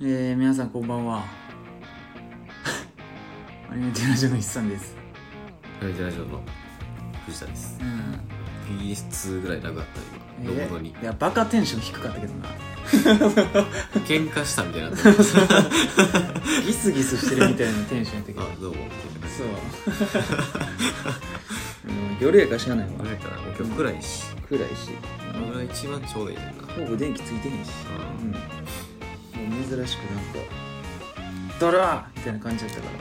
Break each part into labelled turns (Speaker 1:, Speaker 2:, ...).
Speaker 1: えー、皆さんこんばんは アニメテラジオの一さんです
Speaker 2: アニメラジオの藤田です
Speaker 1: うん
Speaker 2: イギリス2ぐらい長かった今
Speaker 1: え
Speaker 2: ロボドに
Speaker 1: いやバカテンション低かったけどな
Speaker 2: 喧嘩したみたいになって ますあ
Speaker 1: ギスギスしてるみたいなテンションやったけど
Speaker 2: どうも
Speaker 1: そう うん夜やからしゃあないわ
Speaker 2: あれからもう今日暗いし
Speaker 1: 暗いし
Speaker 2: このぐらい一番ちょうどいいねんな
Speaker 1: ほぼ電気ついてへんし
Speaker 2: あ
Speaker 1: うんもう珍しくなんか「ドラー!」みたいな感じだったから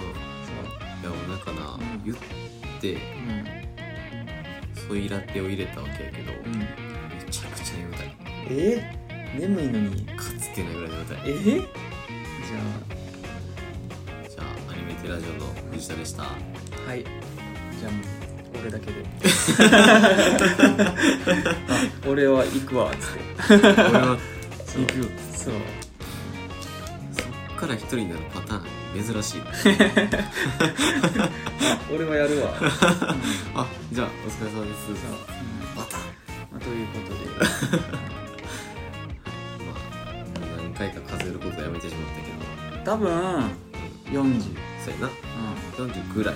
Speaker 1: そ
Speaker 2: いやもうなんかな
Speaker 1: うん
Speaker 2: 言って
Speaker 1: ううん
Speaker 2: ソイラテを入れたわけやけど
Speaker 1: う
Speaker 2: め
Speaker 1: ん
Speaker 2: ちゃくちゃ眠たい
Speaker 1: え眠いのに
Speaker 2: かつてないぐらい眠たい
Speaker 1: えじゃ
Speaker 2: じゃあアニメテラジオの藤田 でした
Speaker 1: あはいじゃあもう俺だけで あ俺は行くわっつって
Speaker 2: 俺は
Speaker 1: そう
Speaker 2: 行くよ
Speaker 1: そう
Speaker 2: そっから一人になるパターン 珍しい
Speaker 1: あ俺はやる わ、うんそ
Speaker 2: あじゃあお疲れ様で
Speaker 1: う
Speaker 2: す
Speaker 1: うん
Speaker 2: また
Speaker 1: まあ、ということで
Speaker 2: まあ何回か数えることやめてしまったけど
Speaker 1: 多分40うんうん
Speaker 2: そうやな40ぐらい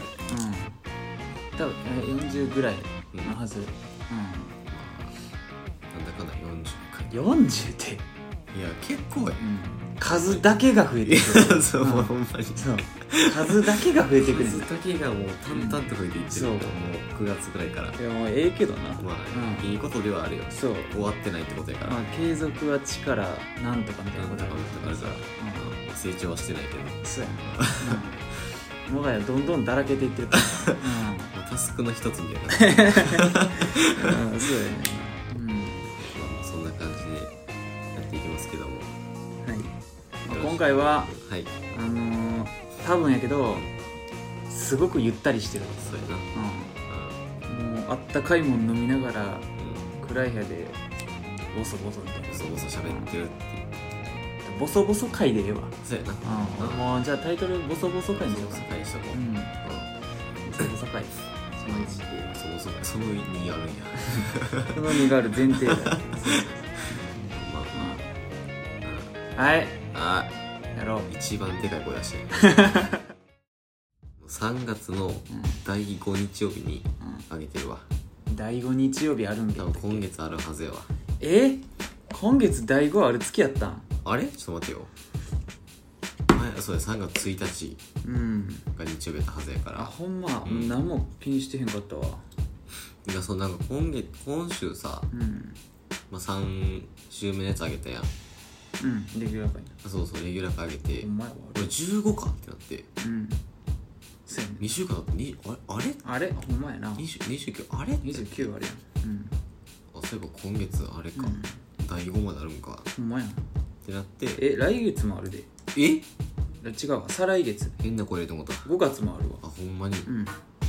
Speaker 1: 多分え40ぐらい
Speaker 2: うん
Speaker 1: のはず、うん
Speaker 2: まあなんだかんだ40回
Speaker 1: 40って、
Speaker 2: いや結構や
Speaker 1: 数だけが増えてく
Speaker 2: い
Speaker 1: る
Speaker 2: や そう、
Speaker 1: ん
Speaker 2: ほんまに
Speaker 1: そう数だけが増えてくる
Speaker 2: ずっ と毛がもう淡々と増えていってる、
Speaker 1: うん
Speaker 2: もう9月ぐらいから
Speaker 1: いやもうええけどな
Speaker 2: まあ、
Speaker 1: うん
Speaker 2: いいことではあるよ
Speaker 1: そう、
Speaker 2: 終わってないってことやから、
Speaker 1: まあ、継続は力なんとかみたいな
Speaker 2: な
Speaker 1: こ
Speaker 2: ん
Speaker 1: と
Speaker 2: と
Speaker 1: や
Speaker 2: か
Speaker 1: か
Speaker 2: もあるから、
Speaker 1: ら
Speaker 2: うん成長はしてないけど、ま
Speaker 1: うんそうやね、うんもはやどんどんだらけていってるから
Speaker 2: あ、タスクの一つみたいなま
Speaker 1: うん、うん、そうやね
Speaker 2: あまあそんな感じでやっていきますけども、
Speaker 1: うんはい、まあ、今回は
Speaker 2: はい
Speaker 1: あのー、多分やけどすごくゆったりしてる、
Speaker 2: そうやな
Speaker 1: うん、もうあったかいもん飲みながら
Speaker 2: う
Speaker 1: 暗い部屋でボソボソみたいなん
Speaker 2: ボソボソ喋ってるっていう
Speaker 1: ボソボソ会でええわ、
Speaker 2: そうやな
Speaker 1: うん、もうじゃあタイトルボソボソ会にしようか
Speaker 2: 会にしとこ
Speaker 1: う
Speaker 2: う、うん
Speaker 1: んボ
Speaker 2: そ
Speaker 1: ソボソ会
Speaker 2: のそもそもその意味あるんや
Speaker 1: その身がある前提だ
Speaker 2: まあ
Speaker 1: はい
Speaker 2: まああ
Speaker 1: やろう
Speaker 2: 一番でかい声出して3月の第5日曜日にあげてるわ
Speaker 1: 第5日曜日あるんだ
Speaker 2: 多分今月あるはずやわ
Speaker 1: え今月第5ある月やったん
Speaker 2: あれちょっと待ってよ前そうや3月1日
Speaker 1: うん
Speaker 2: が日曜日やったはずやか
Speaker 1: あ
Speaker 2: ら
Speaker 1: ほんま、
Speaker 2: うん
Speaker 1: 何もピンしてへんかったわ
Speaker 2: いやそうなんか今月今週さ、
Speaker 1: うん
Speaker 2: まあ、3週目のやつあげたやん
Speaker 1: うんレギュラー会な
Speaker 2: あそうそうレギュラーかあげて、
Speaker 1: お前はあ
Speaker 2: 俺15かってなって
Speaker 1: れうんそうやね
Speaker 2: 2週間だってにあれあれ
Speaker 1: あれほんまやな
Speaker 2: 20 29あれって
Speaker 1: 29あれやんうん
Speaker 2: あそういえば今月あれか、
Speaker 1: うん
Speaker 2: 第5まであるんか
Speaker 1: ほんまやん
Speaker 2: ってなって
Speaker 1: え来月もあるで
Speaker 2: え
Speaker 1: あ違うわ再来月
Speaker 2: 変な声でと思った
Speaker 1: 5月もあるわ
Speaker 2: あほんまに
Speaker 1: うん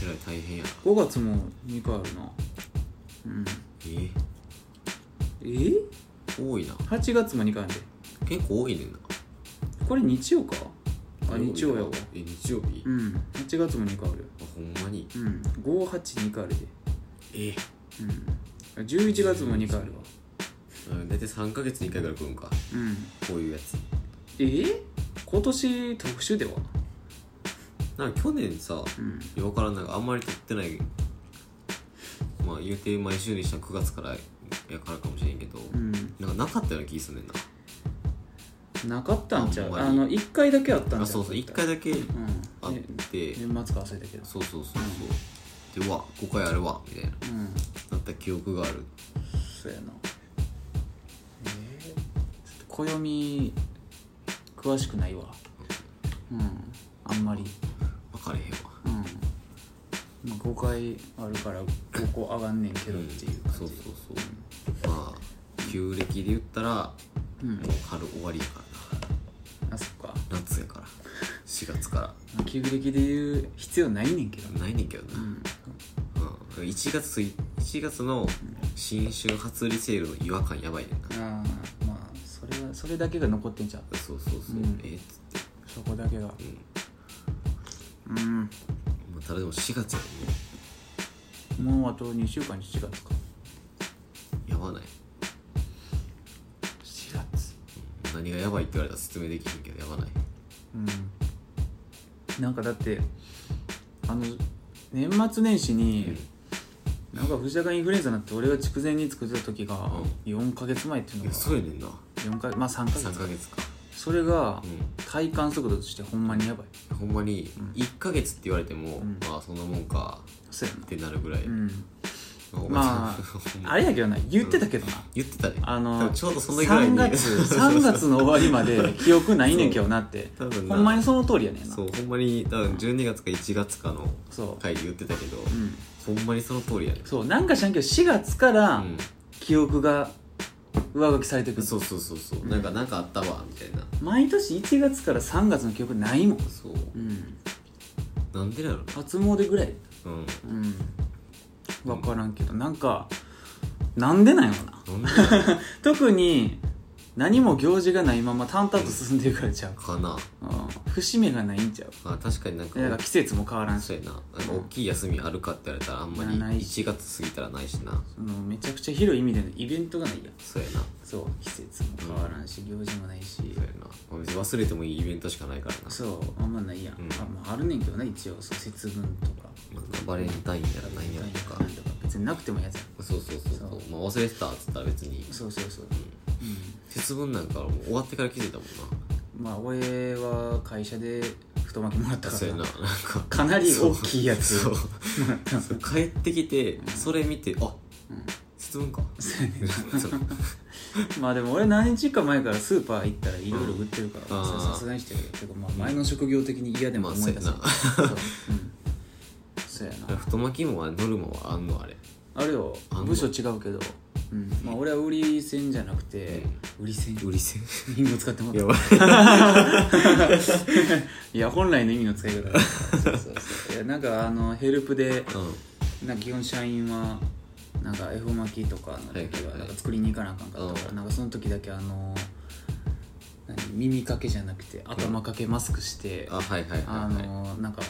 Speaker 2: えらい大変やな
Speaker 1: 5月も2回あるなうん
Speaker 2: え
Speaker 1: え
Speaker 2: 多いな
Speaker 1: 8月も2回あるで
Speaker 2: 結構多いねんな
Speaker 1: これ日曜かあ日曜やわ
Speaker 2: え日曜日、
Speaker 1: うん8月も2回あるよ
Speaker 2: あほんまに
Speaker 1: うん582回あるで
Speaker 2: え
Speaker 1: うん11月も2回あるわ
Speaker 2: うん大体3ヶ月に1回ぐらい来るんか
Speaker 1: うん
Speaker 2: こういうやつ
Speaker 1: えー今年特殊では
Speaker 2: なんか去年さ
Speaker 1: うん
Speaker 2: 今からんなんかあんまり撮ってないまあ言うて毎週にした9月からやからかもしれんけど、
Speaker 1: うん
Speaker 2: なんかなかったような気すんねんな
Speaker 1: なかったんちゃ
Speaker 2: あ
Speaker 1: うん
Speaker 2: まり
Speaker 1: あの1回だけあったんちゃ
Speaker 2: あそうそう1回だけあ
Speaker 1: う
Speaker 2: っ
Speaker 1: んね
Speaker 2: て、
Speaker 1: 年末か忘れたけど
Speaker 2: そうそうそうそうでうわ5回あるわみたいな
Speaker 1: うん
Speaker 2: なった記憶がある
Speaker 1: そうやなちょっと暦詳しくないわうんあんまり
Speaker 2: 分かれへんわ
Speaker 1: うん、まあ、5回あるから5個上がんねんけどっていう感じ
Speaker 2: そうそうそうまあ旧暦で言ったらも
Speaker 1: うん、
Speaker 2: う春終わりやから
Speaker 1: あそっか
Speaker 2: な夏やから4月か
Speaker 1: まあ旧暦で言う必要ないねんけど
Speaker 2: らないねんけど
Speaker 1: う
Speaker 2: な、
Speaker 1: ん
Speaker 2: うん、1月い1月の新春初リセールの違和感やばいねんな、
Speaker 1: ああまあそれはそれだけが残ってんちゃう
Speaker 2: そうそうそう、
Speaker 1: うん
Speaker 2: えっつって、
Speaker 1: そこだけがうん
Speaker 2: まあ、ただでも4月や
Speaker 1: もうあと2週間に4月か
Speaker 2: もうやばない
Speaker 1: 4月
Speaker 2: うん何何がやばいって言われたら説明できへんけどやばない
Speaker 1: うんなんかだってあの年末年始に、なんか藤田がインフルエンザになって俺が筑前に作ってた時が
Speaker 2: う
Speaker 1: 4か月前っていう
Speaker 2: い
Speaker 1: の
Speaker 2: や
Speaker 1: が
Speaker 2: そうやねんな
Speaker 1: 4かまあ3か
Speaker 2: 3
Speaker 1: 月
Speaker 2: ヶ月か
Speaker 1: それが
Speaker 2: う
Speaker 1: 体感速度としてほんまにやばい
Speaker 2: んほんまに
Speaker 1: うん
Speaker 2: 1ヶ月って言われても、
Speaker 1: うん
Speaker 2: まあそんなもんか
Speaker 1: そうやな
Speaker 2: ってなるぐらい、
Speaker 1: うん
Speaker 2: お前
Speaker 1: ま
Speaker 2: ほんま
Speaker 1: あれやけどな言ってたけどな、
Speaker 2: 言ってたね
Speaker 1: あ
Speaker 2: 多
Speaker 1: の
Speaker 2: 分ちょうどそのぐらいに
Speaker 1: 3月 3月の終わりまで記憶ないねんけどなって
Speaker 2: 多分な
Speaker 1: ほんまにその通りやねんな
Speaker 2: そうほんまに多分12月か1月かの
Speaker 1: そう
Speaker 2: 回で言ってたけど、
Speaker 1: うん
Speaker 2: ほんまにその通りやね
Speaker 1: そうなんか知らんけど4月から
Speaker 2: う
Speaker 1: 記憶が上書きされてく
Speaker 2: ん
Speaker 1: る
Speaker 2: そうそうそうそう、
Speaker 1: うん
Speaker 2: なんかなんかあったわみたいな
Speaker 1: 毎年1月から3月の記憶ないもん、
Speaker 2: そう
Speaker 1: うん、
Speaker 2: なんでだろ
Speaker 1: 初詣ぐらい
Speaker 2: なうん
Speaker 1: うん分からんけどなんかなんでなんやろな
Speaker 2: なんでだろ
Speaker 1: 特に何も行事がないまま淡々と進んでいくからちゃう
Speaker 2: う、かな
Speaker 1: うん、節目がないんちゃう
Speaker 2: あ確かになんか
Speaker 1: だから季節も変わらんし
Speaker 2: そうやななんか大きい休みあるかって言われたらあんまり
Speaker 1: ない
Speaker 2: 1月過ぎたらないしな
Speaker 1: そのめちゃくちゃ広い意味でのイベントがないやん
Speaker 2: そうやな
Speaker 1: そう季節も変わらんし行事もないし
Speaker 2: そうやな、まあ別に忘れてもいいイベントしかないからな
Speaker 1: そうあんまないやん、
Speaker 2: うん
Speaker 1: あまあ、あるねんけどな一応そう節分とか
Speaker 2: なんかバレンタインやらなんやらとか
Speaker 1: なんとか別になくてもやつやん
Speaker 2: そうそうそうそう
Speaker 1: そう
Speaker 2: まあ忘れてたっつったら別に
Speaker 1: そうそうそう、
Speaker 2: 節分なんかもう終わってから気づいたもんな
Speaker 1: うん、まあ俺は会社で太巻きもらったか
Speaker 2: そう
Speaker 1: ら
Speaker 2: やな
Speaker 1: な
Speaker 2: なんか
Speaker 1: かなり大きいやつ
Speaker 2: そう
Speaker 1: もらった
Speaker 2: そう帰ってきてそれ見てあ節分か
Speaker 1: そうやね
Speaker 2: そう
Speaker 1: まあでも俺何日か前からスーパー行ったらいろいろ売ってるから、
Speaker 2: うん
Speaker 1: それさすがにしてるけど、まあ、前の職業的に嫌でも思い出せ
Speaker 2: まあ
Speaker 1: そう,、うん、そうやな
Speaker 2: 太巻きもあれノルマはあん のあれ
Speaker 1: あれよ
Speaker 2: あんの
Speaker 1: 部署違うけど、うんまあ、俺は売り線じゃなくて、売り線
Speaker 2: 売り線
Speaker 1: 意味を使ってもらった
Speaker 2: やばい
Speaker 1: いや本来の意味の使い 方だそうそうそういやなんかあのヘルプで
Speaker 2: う
Speaker 1: なんか基本社員はなんか F 巻きとかの時
Speaker 2: はいはいは
Speaker 1: はいなんか作りに行かなあかんかったから、
Speaker 2: うん
Speaker 1: なんかその時だけあの何耳かけじゃなくて頭かけマスクして、
Speaker 2: んあはいはい
Speaker 1: あ
Speaker 2: はいはい
Speaker 1: のなんか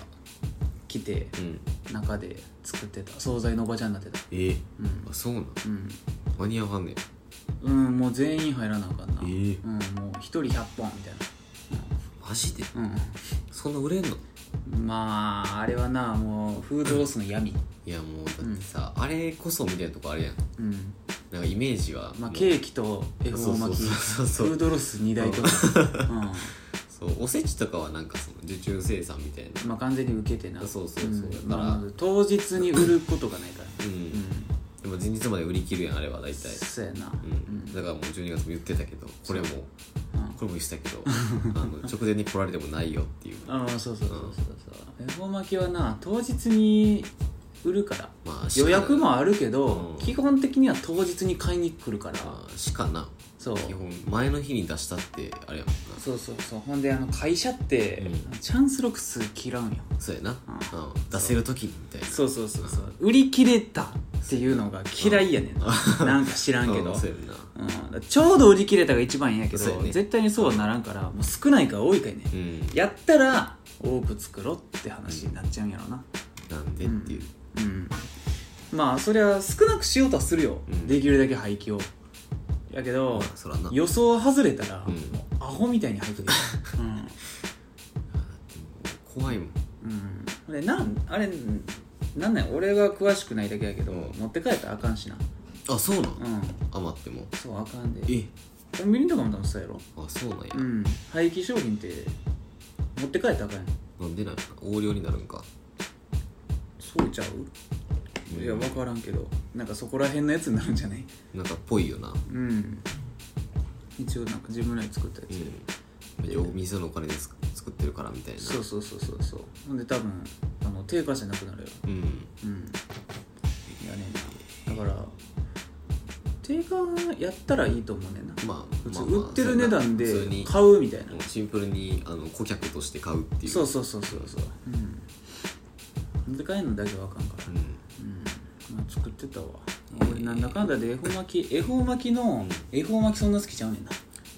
Speaker 1: 来て
Speaker 2: うん
Speaker 1: 中で作ってた惣菜のおばちゃんになってた
Speaker 2: え
Speaker 1: うん
Speaker 2: あそうなん
Speaker 1: うん
Speaker 2: 間に合わんねん
Speaker 1: うん、もう全員入らなあかんな、
Speaker 2: えー
Speaker 1: うん、もう1人100本みたい
Speaker 2: マジで
Speaker 1: な
Speaker 2: そんな売れんの
Speaker 1: うんまああれはなもうフードロスの闇
Speaker 2: いやもうだってさあれこそみたいなとこあるやん
Speaker 1: うん
Speaker 2: なんかイメージは
Speaker 1: まあ、
Speaker 2: もう
Speaker 1: ケーキと恵方巻き
Speaker 2: そうそうそう
Speaker 1: フ
Speaker 2: そう
Speaker 1: ードロス2台とか、う、
Speaker 2: そうおせちとかはなんかその受注生産みたいなん
Speaker 1: まあ完全に受けてな
Speaker 2: そうそうそうんだから
Speaker 1: まあまず当日に売ることがないから
Speaker 2: う
Speaker 1: うんん
Speaker 2: でも前日まで売り切るやんあれは大体
Speaker 1: そうやな
Speaker 2: う
Speaker 1: うん
Speaker 2: んだからもう12月も言ってたけどこれも
Speaker 1: うん
Speaker 2: これも言ってたけどあ の直前に来られてもないよっていう
Speaker 1: ああそうそうそうそうそう恵方巻きはな当日に売るから
Speaker 2: まあし
Speaker 1: 予
Speaker 2: か
Speaker 1: 約もあるけど、
Speaker 2: うん
Speaker 1: 基本的には当日に買いに来るから、
Speaker 2: まあしかな
Speaker 1: そう
Speaker 2: 基本前の日に出したってあれやもんな
Speaker 1: そうそうそうほんであの会社って、
Speaker 2: うん
Speaker 1: チャンスロックス嫌うんよ
Speaker 2: そうやな
Speaker 1: う
Speaker 2: うん出せる時にみたいな
Speaker 1: そうそうそうそう売り切れたっていうのが嫌いやねんな なんか知らんけど、
Speaker 2: うんそうやんな
Speaker 1: うんちょうど売り切れたが一番いいんやけど、
Speaker 2: そうやね
Speaker 1: 絶対にそうはならんからもう少ないか多いかやね、
Speaker 2: うん
Speaker 1: やったら多く作ろうって話になっちゃうんやろな
Speaker 2: なんでっていう
Speaker 1: うんまあそりゃ少なくしようとはするよ、
Speaker 2: うん
Speaker 1: できるだけ廃棄をやけど
Speaker 2: まあそらな
Speaker 1: 予想外れたら、
Speaker 2: うん
Speaker 1: もうアホみたいに廃棄で きるうん
Speaker 2: 怖いもん
Speaker 1: うん、でなんあれなんなん俺は詳しくないだけやけど、
Speaker 2: うん
Speaker 1: 持って帰ったらあかんしな
Speaker 2: あそうなん
Speaker 1: うん
Speaker 2: 余っても
Speaker 1: そうあかんで
Speaker 2: え
Speaker 1: コンビニとかも多分そうやろ
Speaker 2: あそうなんや
Speaker 1: うん廃棄商品って持って帰ったらあかんやん
Speaker 2: なんでなんや横領になるんか
Speaker 1: そうちゃういや分からんけどなんかそこら辺のやつになるんじゃない
Speaker 2: なんかっぽいよな
Speaker 1: うん一応なんか自分らで作ったやつ、
Speaker 2: うんお店のお金で作作ってるからみたいな
Speaker 1: そうそうそうそうそうほんで多分あの定価じゃなくなるよ
Speaker 2: うん
Speaker 1: うんやねんなだから定価やったらいいと思うねんな
Speaker 2: まあ
Speaker 1: 普通
Speaker 2: まあまあ
Speaker 1: 売ってる値段で
Speaker 2: そうやな普通に
Speaker 1: 買うみたいな
Speaker 2: もうシンプルにあの顧客として買うっていう
Speaker 1: そうそうそうそうそううんでかいのだけはあかんから
Speaker 2: う
Speaker 1: う
Speaker 2: ん
Speaker 1: ん、まあ、作ってたわ俺なんだかんだで恵方巻き恵方巻きの恵方巻きそんな好きちゃうねんな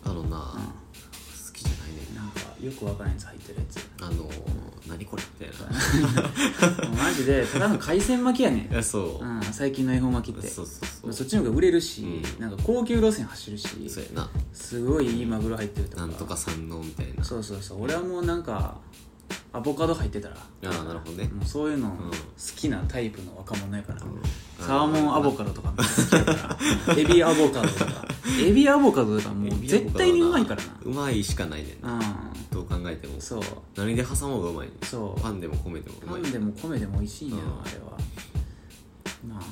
Speaker 2: あのな、
Speaker 1: うん
Speaker 2: 好きじゃないねんな
Speaker 1: なんかよくわからないやつ入ってるやつ
Speaker 2: あのー、何これみたいな
Speaker 1: もうマジでただの海鮮巻きやねん
Speaker 2: い、や そう、
Speaker 1: うん、最近の恵方巻きって
Speaker 2: そうそう
Speaker 1: まあ
Speaker 2: そ
Speaker 1: そうっちの方が売れるし、
Speaker 2: うん
Speaker 1: なんか高級路線走るし
Speaker 2: そうやな
Speaker 1: すごいいいマグロ入ってるとか
Speaker 2: なんとか三能みたいな
Speaker 1: そうそうそう俺はもうなんかアボカド入ってたら
Speaker 2: ああなるほどね、
Speaker 1: もうそういうの
Speaker 2: ん
Speaker 1: 好きなタイプの若者やから、
Speaker 2: うん
Speaker 1: サーモンアボカドとかも好きだからエビアボカドとかエビアボカドとかもう絶対にうまいから
Speaker 2: うまいしかないねんな
Speaker 1: な
Speaker 2: どう考えても
Speaker 1: うんそう
Speaker 2: 何で挟もうがうまいねん
Speaker 1: そう
Speaker 2: パンでも米でもう
Speaker 1: パ
Speaker 2: まい
Speaker 1: ンでも米でも美味しいんやな、
Speaker 2: うん
Speaker 1: あれはまあ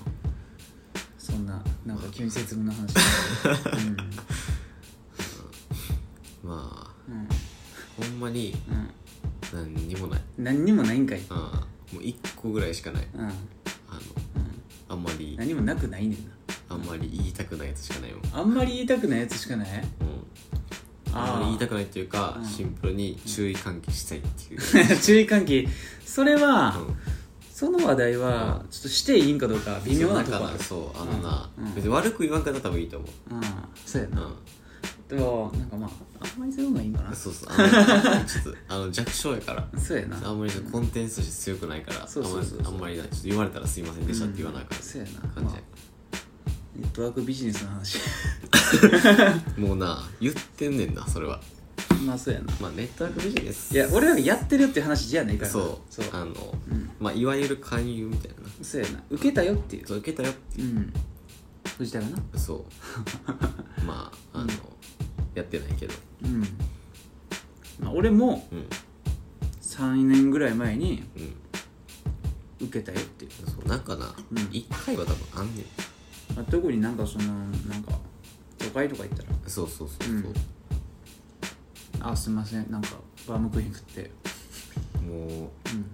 Speaker 1: そんななんか急に節分の 話
Speaker 2: まあ
Speaker 1: うんうん
Speaker 2: ほんまに
Speaker 1: うん
Speaker 2: 何にもない
Speaker 1: 何にもないんかい
Speaker 2: ああもう1個ぐらいしかない
Speaker 1: うん、うん、
Speaker 2: あのあんまり
Speaker 1: 何もなくないねんな
Speaker 2: あんまり言いたくないやつしかないもん、
Speaker 1: あんまり言いたくないやつしかない
Speaker 2: うん、あんまり
Speaker 1: あ
Speaker 2: 言いたくないっていうか、
Speaker 1: うん
Speaker 2: シンプルに注意喚起したいっていう、
Speaker 1: あ 注意喚起それは、
Speaker 2: うん
Speaker 1: その話題はちょっとしていいんかどうか微妙なとこある
Speaker 2: そうあのな、
Speaker 1: うん
Speaker 2: 別に悪く言わんかったら多分いいと思
Speaker 1: うんそうや
Speaker 2: う、う
Speaker 1: な、
Speaker 2: ん
Speaker 1: でもなんかまああんまりそういうのがいいんかな
Speaker 2: そうそうあの ちょっとあの弱小やから
Speaker 1: そうやな
Speaker 2: あんまりコンテンツとして強くないから
Speaker 1: そうそうそうそう
Speaker 2: あんまりあんまりなちょっと言われたらすいませんでしたって言わなあか
Speaker 1: うんそうやな
Speaker 2: 感じや、
Speaker 1: ネットワークビジネスの話
Speaker 2: もうな言ってんねんなそれは
Speaker 1: まあそうやな
Speaker 2: まあネットワークビジネス
Speaker 1: いや俺らがやってるよって話じゃないからな
Speaker 2: そう
Speaker 1: そう
Speaker 2: あの、
Speaker 1: うん
Speaker 2: まあいわゆる勧誘みたいな
Speaker 1: そうやな受けたよっていう
Speaker 2: そう受けたよって
Speaker 1: う
Speaker 2: いうん
Speaker 1: 藤田がな
Speaker 2: そうまああの、やってないけど
Speaker 1: うん、まあ、俺も
Speaker 2: うん
Speaker 1: 3年ぐらい前に
Speaker 2: うん
Speaker 1: 受けたよっていう、
Speaker 2: そうなんかな、
Speaker 1: うん
Speaker 2: 一回は多分あんねん
Speaker 1: まあ、特になんかそのなんか都会とか行ったら
Speaker 2: そうそうそうそう、
Speaker 1: あすいませんなんかバームクーヘン食って
Speaker 2: もう
Speaker 1: うん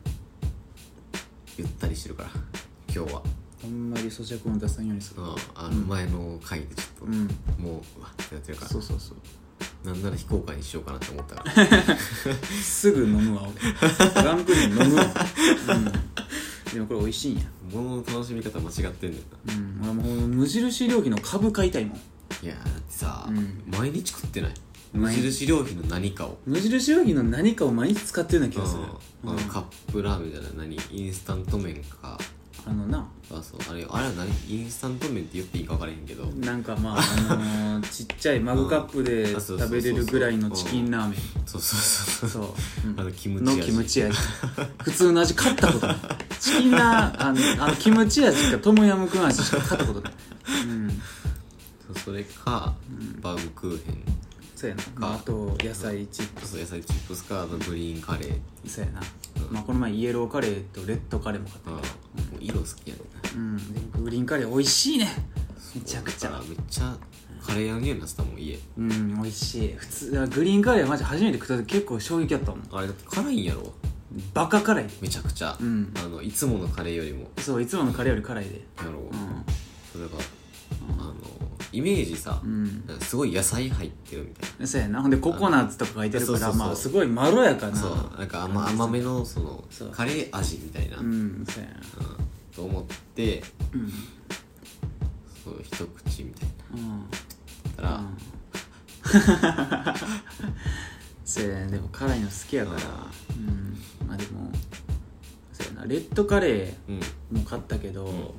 Speaker 2: ゆったりしてるから今日は
Speaker 1: あんまり咀嚼音出さんようにす
Speaker 2: う
Speaker 1: る
Speaker 2: んあの前の回でちょっと、
Speaker 1: うん
Speaker 2: もううわってなってるか
Speaker 1: そうそうそう
Speaker 2: らなんなら非公開にしようかなって思ったから
Speaker 1: すぐ飲むわ俺バームクーヘン飲 むわ、うん、でもこれ美味しいんや
Speaker 2: 物の楽しみ方間違ってんねんな
Speaker 1: うん俺もう無印良品の株買いたいもん
Speaker 2: いやーだってさ、
Speaker 1: うん
Speaker 2: 毎日食ってない無
Speaker 1: 毎日
Speaker 2: 印良品の何かを
Speaker 1: 無印良品の何かを毎日使ってるような気がする
Speaker 2: うんあのカップラーメンじゃない何インスタント麺か
Speaker 1: あのな
Speaker 2: あそうあれあれは何インスタント麺って言っていいか分からへんけど
Speaker 1: なんかまあ、あのーちっちゃいマグカップで
Speaker 2: うんあそうそ
Speaker 1: 食
Speaker 2: うそうそう
Speaker 1: べれるぐらいのチキンラーメ
Speaker 2: そうそうそう
Speaker 1: ン
Speaker 2: そ
Speaker 1: そうう、うん
Speaker 2: あのキムチ
Speaker 1: の
Speaker 2: 味
Speaker 1: キムチ味普通の味買ったことないチキンなあのあのキムチ味かトムヤムクン味しか買ったことないうん
Speaker 2: そうそれか、バウムクーヘン
Speaker 1: そうやな、まあ、あと野菜チップ
Speaker 2: そう野菜チップスかあのグリーンカレー
Speaker 1: そうやな、まあ、この前イエローカレーとレッドカレーも買った
Speaker 2: あ
Speaker 1: け
Speaker 2: も
Speaker 1: ど
Speaker 2: う色好きやねん
Speaker 1: う
Speaker 2: な
Speaker 1: んでグリーンカレー美味しいねめちゃくち
Speaker 2: だ
Speaker 1: ゃ
Speaker 2: からめっちゃカレー屋になってたもん家
Speaker 1: うん美味しい普通グリーンカレーマジ初めて食った時結構衝撃やったもん
Speaker 2: あれだって辛いんやろ
Speaker 1: バカ辛い
Speaker 2: めちゃくちゃ、
Speaker 1: うん
Speaker 2: あのいつものカレーよりも
Speaker 1: そういつものカレーより辛いで
Speaker 2: やろ
Speaker 1: うん
Speaker 2: そうだからあのイメージさ、
Speaker 1: うん
Speaker 2: なんかすごい野菜入ってるみたい
Speaker 1: そうやなほんでココナッツとか書いてるか
Speaker 2: そうそう
Speaker 1: ら
Speaker 2: そう
Speaker 1: まあすごいまろやか
Speaker 2: な
Speaker 1: な
Speaker 2: そうなんか甘甘めのその
Speaker 1: そう
Speaker 2: カレー味みたいな、
Speaker 1: う
Speaker 2: うん
Speaker 1: んそうやな
Speaker 2: と思って
Speaker 1: うん
Speaker 2: そう一口みたい
Speaker 1: う
Speaker 2: な
Speaker 1: ん
Speaker 2: だから、
Speaker 1: そうやねでも辛いの好きやからうんまあでもそうやなレッドカレー
Speaker 2: うん
Speaker 1: も買ったけど、
Speaker 2: ん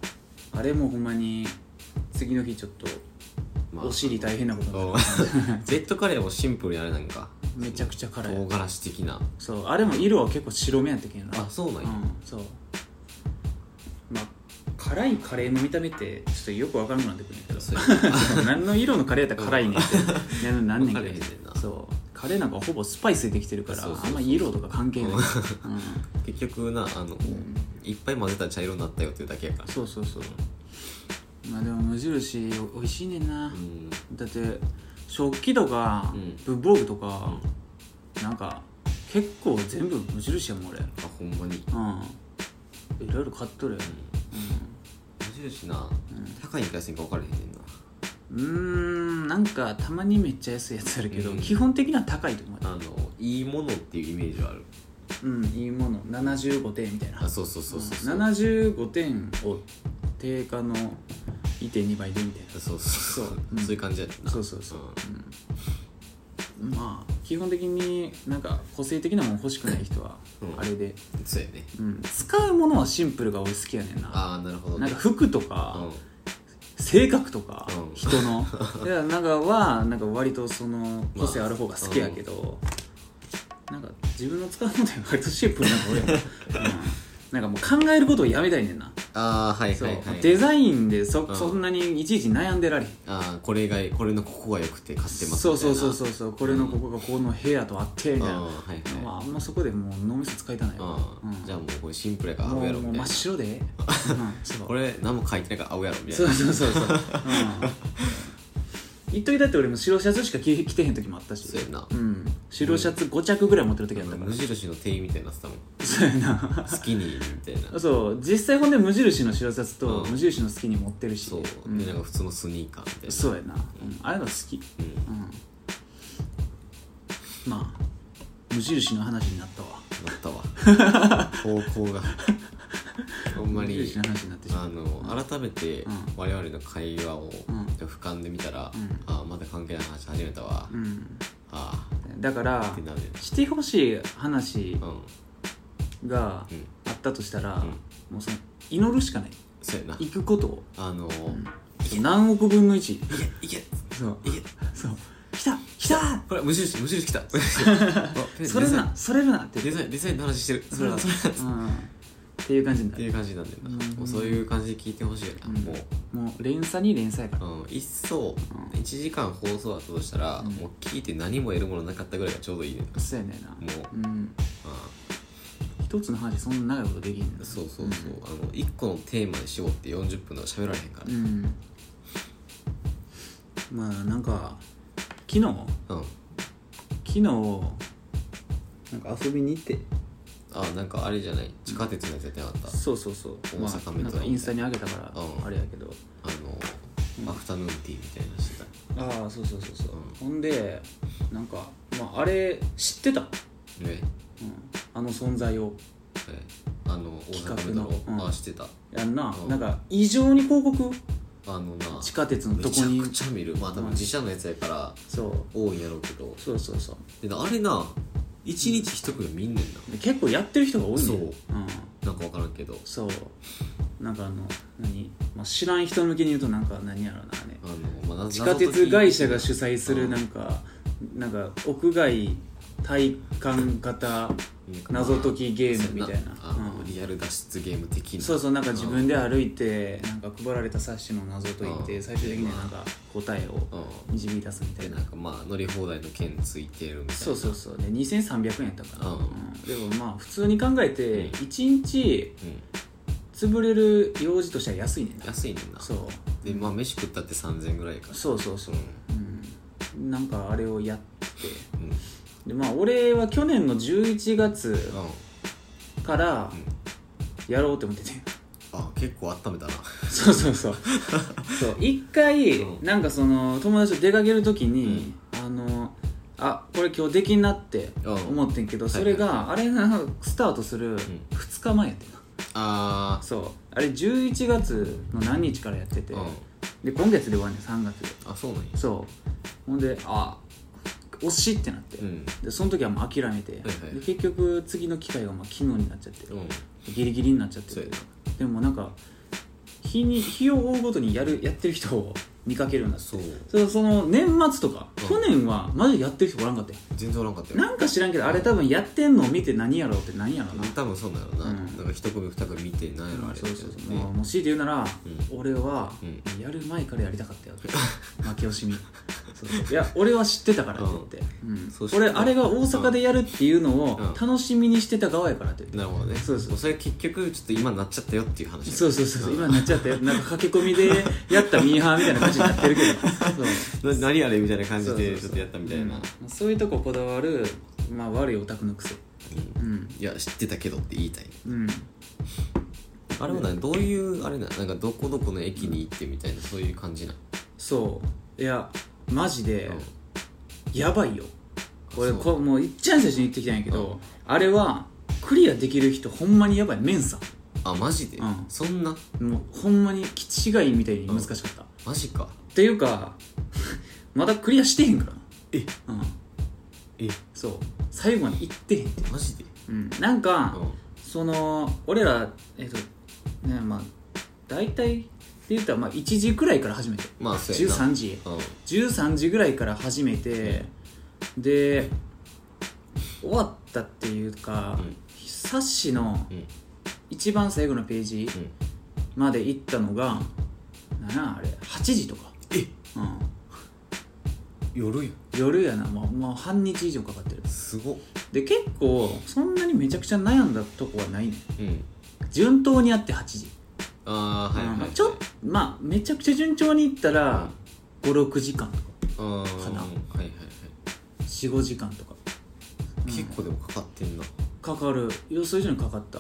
Speaker 1: あれもほんまに次の日ちょっとお尻大変なことにな
Speaker 2: お
Speaker 1: る
Speaker 2: レッドカレーもシンプルにあれなんか
Speaker 1: めちゃくちゃ辛
Speaker 2: 唐
Speaker 1: い
Speaker 2: 辛子的な
Speaker 1: そうあれも色は結構白目やったけどな
Speaker 2: あそうなん
Speaker 1: う
Speaker 2: や、
Speaker 1: んそうまあ辛いカレーの見た目ってちょっとよく分からなくなってくるんやけど
Speaker 2: そうや
Speaker 1: 何の色のカレーやったら辛いねんってなんなんねんけ
Speaker 2: わかれへん
Speaker 1: ど
Speaker 2: ねんな
Speaker 1: そうカレーなんかほぼスパイスでできてるから
Speaker 2: そうそうそう
Speaker 1: あんま色とか関係ない、
Speaker 2: う
Speaker 1: うんん、
Speaker 2: 結局なあの、いっぱい混ぜたら茶色になったよっていうだけやから
Speaker 1: そうそうそうまあでも無印お美味しいねんな
Speaker 2: う、ん
Speaker 1: だって食器とか、
Speaker 2: う
Speaker 1: 文
Speaker 2: ん
Speaker 1: 房具とか、なんか結構全部無印やもん俺
Speaker 2: あほんまに
Speaker 1: うんいろいろ買っとる
Speaker 2: 無印な、高いんか安いんか分からへんねんな
Speaker 1: うんうーんなんかたまにめっちゃ安いやつあるけど、
Speaker 2: うん
Speaker 1: 基本的には高いと思う
Speaker 2: あのいいものっていうイメージはある
Speaker 1: うんいいもの75点みたいな
Speaker 2: あそうそうそうそうそう、
Speaker 1: 75点を定価の1.2倍でみたい
Speaker 2: そうそうそう
Speaker 1: そう
Speaker 2: そういう感じやったな
Speaker 1: そうそうそ
Speaker 2: ん
Speaker 1: なまあ基本的になんか個性的なもの欲しくない人は
Speaker 2: うん
Speaker 1: あれで、
Speaker 2: そうやね
Speaker 1: うん、使うものはシンプルが俺好きやねんな
Speaker 2: ああなるほど
Speaker 1: なん
Speaker 2: ね
Speaker 1: か服と
Speaker 2: う
Speaker 1: か、
Speaker 2: ん
Speaker 1: 性格とか、
Speaker 2: うん
Speaker 1: 人 のいやなんかはなんか割とその個性ある方が好きやけど、なんか自分の使うものは割とシンプルなの 俺も、うん、なんかもう考えることをやめたいねんな、
Speaker 2: ああはい
Speaker 1: そ
Speaker 2: は
Speaker 1: う
Speaker 2: いはい
Speaker 1: デザインでそ,、
Speaker 2: うん
Speaker 1: そんなにいちいち悩んでられへん
Speaker 2: ああこれがこれのここが良くて買ってます
Speaker 1: そうそうそう
Speaker 2: う
Speaker 1: そうそうこれのここがこの部屋とあってみた
Speaker 2: あ
Speaker 1: い
Speaker 2: あ
Speaker 1: な、
Speaker 2: はい
Speaker 1: まあ
Speaker 2: は
Speaker 1: あんまそこでもう脳みそ使いたない
Speaker 2: い
Speaker 1: よ、う
Speaker 2: ああ
Speaker 1: ん
Speaker 2: じゃあもうこれシンプルやから
Speaker 1: も
Speaker 2: 青や
Speaker 1: う
Speaker 2: ろ
Speaker 1: もう
Speaker 2: みた
Speaker 1: 真
Speaker 2: い
Speaker 1: っ白
Speaker 2: な
Speaker 1: で、うん、そう
Speaker 2: これ何も書いてないから青やろみたい
Speaker 1: そう
Speaker 2: な
Speaker 1: そうそうそう、うん、一時だって俺も白シャツしか着着てへん時もあったし
Speaker 2: そうやな
Speaker 1: うん、白シャツ5着ぐらい持ってる時あったから、
Speaker 2: 無印の店員みたいになってたもん
Speaker 1: そうやな
Speaker 2: スキニーみたいな
Speaker 1: そう実際ほんで無印の白シャツと
Speaker 2: うん
Speaker 1: 無印の好きに持ってるし
Speaker 2: そう
Speaker 1: うん
Speaker 2: でなんか普通のスニーカーみたいな
Speaker 1: そうやな、うんああいうの好き
Speaker 2: うん
Speaker 1: うんまあ無印の話になったわ
Speaker 2: なったわ 方向がほんま
Speaker 1: 無
Speaker 2: に
Speaker 1: 印の話になってしま
Speaker 2: あ
Speaker 1: う
Speaker 2: の改めて
Speaker 1: ん
Speaker 2: 我々の会話を
Speaker 1: ん
Speaker 2: 俯瞰で見たら、
Speaker 1: ん
Speaker 2: ああまだ関係ない話始めたわ、
Speaker 1: うん
Speaker 2: あ
Speaker 1: だから
Speaker 2: あってなる
Speaker 1: してほしい話
Speaker 2: うん
Speaker 1: が
Speaker 2: うん
Speaker 1: あったとしたら、
Speaker 2: ん
Speaker 1: もうその祈るしかない
Speaker 2: そうやな
Speaker 1: 行くことを
Speaker 2: あのー
Speaker 1: 何億分の1
Speaker 2: いけい
Speaker 1: そう
Speaker 2: けいけ
Speaker 1: そう来た来た
Speaker 2: これ無印無 印来たあ
Speaker 1: それるなそれるなって
Speaker 2: デザインデザインの話してるそれだそれだっ
Speaker 1: うん、っていう感じにな
Speaker 2: てい
Speaker 1: る
Speaker 2: う感じなんだよな、
Speaker 1: うん
Speaker 2: もうそういう感じで聞いてほしいよな、
Speaker 1: うん
Speaker 2: もう
Speaker 1: もう連鎖に連載から
Speaker 2: うん、一層1時間放送だとしたら、
Speaker 1: うん
Speaker 2: もう聞いて何も得るものなかったぐらいがちょうどいいねも
Speaker 1: そうやねんな
Speaker 2: う、
Speaker 1: うん、
Speaker 2: あ
Speaker 1: 一つの話そんな長いことできん
Speaker 2: あ
Speaker 1: の
Speaker 2: そうそうそう、あの1個のテーマに絞って40分では喋られへんか
Speaker 1: う、
Speaker 2: ら
Speaker 1: んまあなんか昨日
Speaker 2: うん
Speaker 1: 昨日なんか遊びに行って
Speaker 2: あなんかあれじゃない地下鉄のやつやってなかった、
Speaker 1: そうそうそう、
Speaker 2: 大
Speaker 1: ま
Speaker 2: 阪
Speaker 1: あ、
Speaker 2: メ
Speaker 1: な
Speaker 2: トロ
Speaker 1: んかインスタに上げたから
Speaker 2: うん
Speaker 1: あれやけど、
Speaker 2: あのアフタヌーンティーみたいなのしてた
Speaker 1: ああそうそうそうそう、ほんでなんか、まあ、あれ知ってた、うん、
Speaker 2: ね
Speaker 1: あの存在を
Speaker 2: えあの大阪メトロ
Speaker 1: 企、画のうん
Speaker 2: あしてた
Speaker 1: やんな、
Speaker 2: うん
Speaker 1: なんか異常に広告
Speaker 2: あのな
Speaker 1: 地下鉄の
Speaker 2: め
Speaker 1: どこ
Speaker 2: ちゃ
Speaker 1: に
Speaker 2: くちゃ見るまあ多分自社のやつやから
Speaker 1: そう
Speaker 2: 多いんやろうけど
Speaker 1: そうそうそう
Speaker 2: でなあれな1日1組見んねんな
Speaker 1: で結構やってる人が多いね、
Speaker 2: そうんなんか分からんけど
Speaker 1: そうなんかあの何、まあ、知らん人向けに言うとなんか何やろうなあれ
Speaker 2: あの、まあ、
Speaker 1: 地下鉄会社が主
Speaker 2: 主
Speaker 1: 催するなんか、なんか屋外体感型謎解きゲームみたいな
Speaker 2: あの、
Speaker 1: うん
Speaker 2: リアル脱出ゲーム的な
Speaker 1: そうそうなんか自分
Speaker 2: で
Speaker 1: で歩いてなんか配られた冊子の謎解いて
Speaker 2: うん
Speaker 1: 最終的にはなんか答えを
Speaker 2: う
Speaker 1: 導き出すみた
Speaker 2: ん
Speaker 1: い
Speaker 2: で
Speaker 1: な
Speaker 2: なんかまあ乗り放題の券ついてるみたいな
Speaker 1: そうそうそうで2300円やったから、
Speaker 2: うん
Speaker 1: うんでもまあ普通に考えて
Speaker 2: うん
Speaker 1: 1日
Speaker 2: うん
Speaker 1: 潰れる用事としては安いねんな
Speaker 2: 安いねんな
Speaker 1: そう
Speaker 2: でまあ飯食ったって3000円ぐらいか
Speaker 1: そうそうそう
Speaker 2: う、
Speaker 1: うん、なんかあれをやって
Speaker 2: んうん
Speaker 1: でまあ俺は去年の11月
Speaker 2: うん
Speaker 1: から
Speaker 2: ん
Speaker 1: やろうって思ってて
Speaker 2: あ結構温めたな
Speaker 1: そうそうそうそう一回
Speaker 2: うん
Speaker 1: なんかその友達と出かける時に、あのあこれ今日できんなって思ってんけど、
Speaker 2: うん
Speaker 1: それがあれがスタートする2日前やってな、
Speaker 2: あー
Speaker 1: そうあれ11月の何日からやってて、
Speaker 2: うん
Speaker 1: で今月で終わんねん3月で
Speaker 2: あそうなんや
Speaker 1: そうほんであ惜しいってなって、
Speaker 2: うん
Speaker 1: でその時はもう諦めて、
Speaker 2: はい
Speaker 1: で結局次の機会がまあ昨日になっちゃって、
Speaker 2: うん
Speaker 1: ギリギリになっちゃって
Speaker 2: そうやな
Speaker 1: でもなんか日に日を追うごとにやるやってる人を見かけるようになって
Speaker 2: そう
Speaker 1: そうその年末とか、
Speaker 2: うん
Speaker 1: 去年はマジでやってる人おらんかったよ
Speaker 2: 全然おらんかったよ
Speaker 1: なんか知らんけどあれ多分やってんのを見て何やろうって何やろうな
Speaker 2: 多分そうなんやろな、
Speaker 1: うん
Speaker 2: なんか一組二組見てなんやろあれ
Speaker 1: そうそう
Speaker 2: み
Speaker 1: そう
Speaker 2: たいな
Speaker 1: もう
Speaker 2: ね
Speaker 1: もう強いて言うなら、
Speaker 2: う
Speaker 1: 俺は、
Speaker 2: う
Speaker 1: やる前からやりたかったよって負け惜しみそうそういや俺は知ってたからって言って、うん
Speaker 2: そう知って
Speaker 1: 俺
Speaker 2: た
Speaker 1: あれが大阪でやるっていうのを
Speaker 2: うん
Speaker 1: 楽しみにしてた側やからって言って、
Speaker 2: なるほどね
Speaker 1: そうそう
Speaker 2: もれ結局ちょっと今なっちゃったよっていう話
Speaker 1: そうそうそうそう今なっちゃったよなんか駆け込みでやったミーハーみたいな感じになってるけどそう
Speaker 2: な何あれみたいな感じ
Speaker 1: そうそ
Speaker 2: で
Speaker 1: うそう
Speaker 2: ちょっとやったみたいな
Speaker 1: うんそういうとここだわる、まあ、悪いオタクの癖
Speaker 2: うん
Speaker 1: うん
Speaker 2: いや知ってたけどって言いたい
Speaker 1: うん
Speaker 2: あれは何どういうあれななんかどこどこの駅に行ってみたいなそういう感じな
Speaker 1: そういやマジで、
Speaker 2: うん
Speaker 1: やばいよ俺
Speaker 2: そう
Speaker 1: こもういっちゃん最初に言ってきたんやけど、
Speaker 2: うん
Speaker 1: あれはクリアできる人ほんまにやばいメンサ
Speaker 2: あマジで
Speaker 1: うん
Speaker 2: そんな
Speaker 1: もうほんまに気違いみたいに難しかった、っ
Speaker 2: マジか
Speaker 1: ていうかまだクリアしてへんからな
Speaker 2: え
Speaker 1: うん
Speaker 2: ええ
Speaker 1: そう最後まで行ってへんって
Speaker 2: マジで
Speaker 1: うんなんか、
Speaker 2: うん
Speaker 1: その俺らえっとねまあ大体って言ったらまあ1時くらいから始めて
Speaker 2: まあそうやな
Speaker 1: 13時
Speaker 2: うん
Speaker 1: 13時ぐらいから始めて、で終わったっていうか、
Speaker 2: うん
Speaker 1: 冊子の
Speaker 2: うん
Speaker 1: 一番最後のページ
Speaker 2: うん
Speaker 1: まで行ったのが、なんやあれ8時とか、
Speaker 2: え
Speaker 1: うん、
Speaker 2: 夜や
Speaker 1: 夜やなもうもう半日以上かかってる
Speaker 2: すごっ
Speaker 1: で結構そんなにめちゃくちゃ悩んだとこはないね
Speaker 2: うん
Speaker 1: 順当にやって8時、
Speaker 2: ああはいはい、
Speaker 1: うんちょっとまあめちゃくちゃ順調にいったら56時間とか
Speaker 2: あー
Speaker 1: かな
Speaker 2: はいはいはい
Speaker 1: 45時間とか、うん
Speaker 2: 結構でもかかってんな
Speaker 1: かかる予想以上にかかった、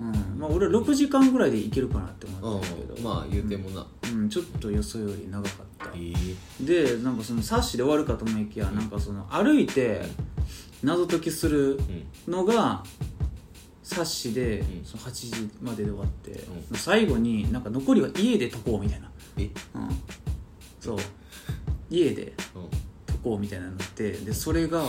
Speaker 1: うんまあ、俺は6時間ぐらいでいけるかなって
Speaker 2: う
Speaker 1: 思
Speaker 2: ん
Speaker 1: ってたけど、
Speaker 2: まあ言うてもな
Speaker 1: うん、ちょっと予想より長かった
Speaker 2: ええ
Speaker 1: でなんかその冊子で終わるかと思いきやなんかその歩いて謎解きする
Speaker 2: うん
Speaker 1: のが冊子で
Speaker 2: うん
Speaker 1: その8時までで終わって、
Speaker 2: う
Speaker 1: 最後になんか残りは家で解こうみたいな、
Speaker 2: え
Speaker 1: うん、そう家で
Speaker 2: うん
Speaker 1: 解こうみたいなのってでそれが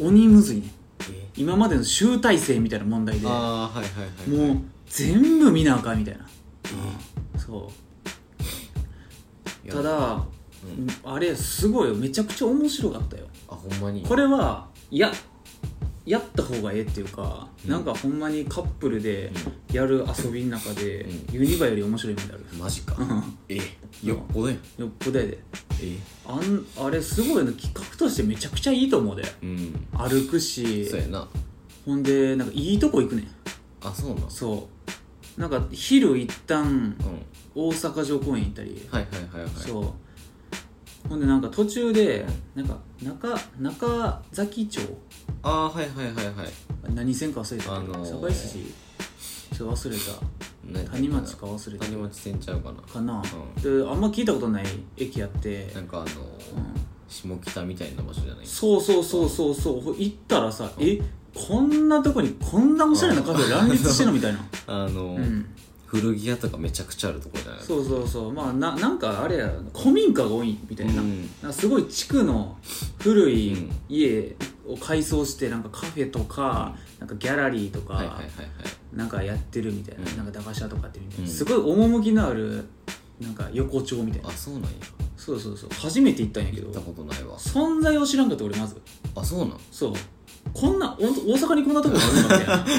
Speaker 1: 鬼むずいね
Speaker 2: え
Speaker 1: 今までの集大成みたいな問題でも
Speaker 2: ああはいはいはい、
Speaker 1: う全部見なあかんみたいな、そ
Speaker 2: いうや
Speaker 1: ただ、
Speaker 2: うん
Speaker 1: あれすごいよめちゃくちゃ面白かったよ
Speaker 2: あほんまに
Speaker 1: これはいややった方がええっていうか、
Speaker 2: うん
Speaker 1: なんかほんまにカップルでやる遊びの中で、
Speaker 2: う
Speaker 1: ユニバより面白いみたいなる
Speaker 2: マジか
Speaker 1: ん
Speaker 2: えよっぽどやん
Speaker 1: よっぽどやで
Speaker 2: え
Speaker 1: あんあれすごいの企画としてめちゃくちゃいいと思うで
Speaker 2: うん
Speaker 1: 歩くし
Speaker 2: そうやな
Speaker 1: ほんでなんかいいとこ行くねん
Speaker 2: あそうなん
Speaker 1: そうなんか昼一旦
Speaker 2: うん
Speaker 1: 大阪城公園行ったり、
Speaker 2: はいはいはいはい
Speaker 1: そうほんでなんか途中でなんか中中崎町
Speaker 2: ああーはいはいはいはい
Speaker 1: 何線か忘れたけど、
Speaker 2: あのー
Speaker 1: 堺筋ちょっと忘れ
Speaker 2: 何
Speaker 1: た谷町か忘れた
Speaker 2: 谷町線ちゃうかな
Speaker 1: かな、
Speaker 2: う
Speaker 1: であんま聞いたことない駅やって、
Speaker 2: なんかあの
Speaker 1: う
Speaker 2: ー
Speaker 1: ん
Speaker 2: 下北みたいな場所じゃない
Speaker 1: そうそうそうそうそうほ行ったらさ、えこんなとこにこんなおしゃれなカフェ乱立してんのみ たいな、
Speaker 2: あのー
Speaker 1: うん、
Speaker 2: 古着屋とかめちゃくちゃあるところじゃない
Speaker 1: そうそうそうまあななんかあれや古民家が多いみたいな,、
Speaker 2: うん
Speaker 1: なんかすごい地区の古い
Speaker 2: うん
Speaker 1: 家を改装してなんかカフェとか,、なんかギャラリーとか、
Speaker 2: はいはいはいはい
Speaker 1: なんかやってるみたいな、
Speaker 2: うん
Speaker 1: なんか駄菓子屋とかやってるみたいな、
Speaker 2: うん
Speaker 1: すごい趣のあるなんか横丁みたいな
Speaker 2: あそうなんや
Speaker 1: そうそうそう初めて行ったんやけ
Speaker 2: 行った
Speaker 1: ど
Speaker 2: ことないわ
Speaker 1: 存在を知らんかった俺まず
Speaker 2: あそうなん
Speaker 1: そうこんなお大阪にこんなとこがあるのみ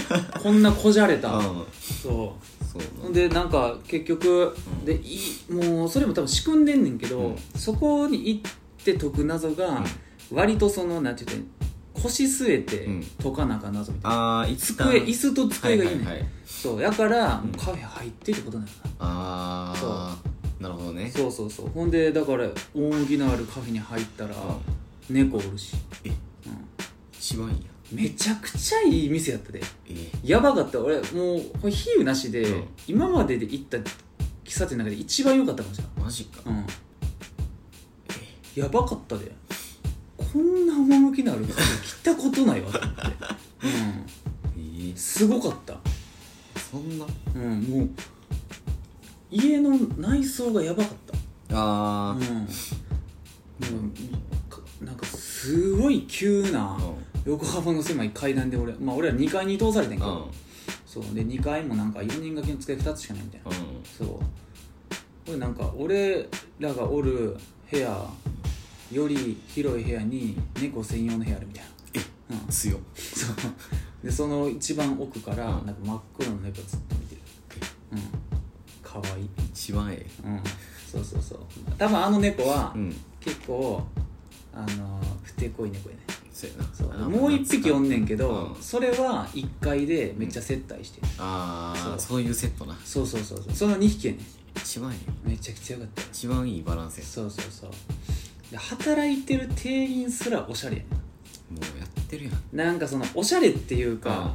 Speaker 1: たいな こんなこじゃれた、
Speaker 2: あ
Speaker 1: そ
Speaker 2: そう
Speaker 1: う
Speaker 2: な
Speaker 1: ほ
Speaker 2: ん
Speaker 1: んでなんか結局、
Speaker 2: うん
Speaker 1: でいもうそれも多分仕組んでんねんけど、
Speaker 2: うん
Speaker 1: そこに行って解く謎が、割とそのなんていうか腰据えて
Speaker 2: うん
Speaker 1: 解かなあかん謎みたいな、
Speaker 2: ああいつ
Speaker 1: 机椅子と机がいいねん、
Speaker 2: はいはいはい
Speaker 1: そうやから、
Speaker 2: うん
Speaker 1: カフェ入ってってことなのかな
Speaker 2: ああなるほどね
Speaker 1: そうそうそうほんでだから扇のあるカフェに入ったら、
Speaker 2: うん
Speaker 1: 猫おるし、
Speaker 2: え
Speaker 1: う
Speaker 2: 一番いいや
Speaker 1: ん、めちゃくちゃいい店やったで
Speaker 2: え
Speaker 1: やばかった俺もうこれ比喩なしで、
Speaker 2: うん
Speaker 1: 今までで行った喫茶店の中で一番良かったかもしれ
Speaker 2: マジか
Speaker 1: ない、うん、やばかったでこんな趣のあるカフェ来たことないわと思って、う
Speaker 2: え
Speaker 1: ん、すごかった、
Speaker 2: そんな
Speaker 1: うん、もう家の内装がやばかった
Speaker 2: あ
Speaker 1: うん、もうかなんかすごい急な
Speaker 2: あ
Speaker 1: 横幅の狭い階段で俺まあ俺ら2階に通されてんけ
Speaker 2: う
Speaker 1: ど、
Speaker 2: んうん
Speaker 1: そうで2階もなんか4人掛けの机2つしかないみたいな、そう俺なんか俺らがおる部屋より広い部屋に猫専用の部屋あるみたいな、うん、
Speaker 2: 強っ
Speaker 1: そうでその一番奥からなん
Speaker 2: う
Speaker 1: か
Speaker 2: ん
Speaker 1: 真っ黒の猫ずっと見てるうんかわいい
Speaker 2: 一番え
Speaker 1: うんそうそうそう多分あの猫は、
Speaker 2: えうん
Speaker 1: 結構あの不手こい猫やね
Speaker 2: そうやな
Speaker 1: そう
Speaker 2: あー
Speaker 1: もう一匹おんねんけど
Speaker 2: 懐かしいうん
Speaker 1: それは1階でめっちゃ接待してる、
Speaker 2: あ
Speaker 1: そう
Speaker 2: あそういうセットな
Speaker 1: そうそうそうそうその2匹やね
Speaker 2: 一番ええ
Speaker 1: めちゃくちゃよかったよ
Speaker 2: 一番いいバランスや
Speaker 1: そうそうそうで働いてる店員すらおしゃれやね
Speaker 2: もうやってるやん
Speaker 1: なんかそのおしゃれっていうか、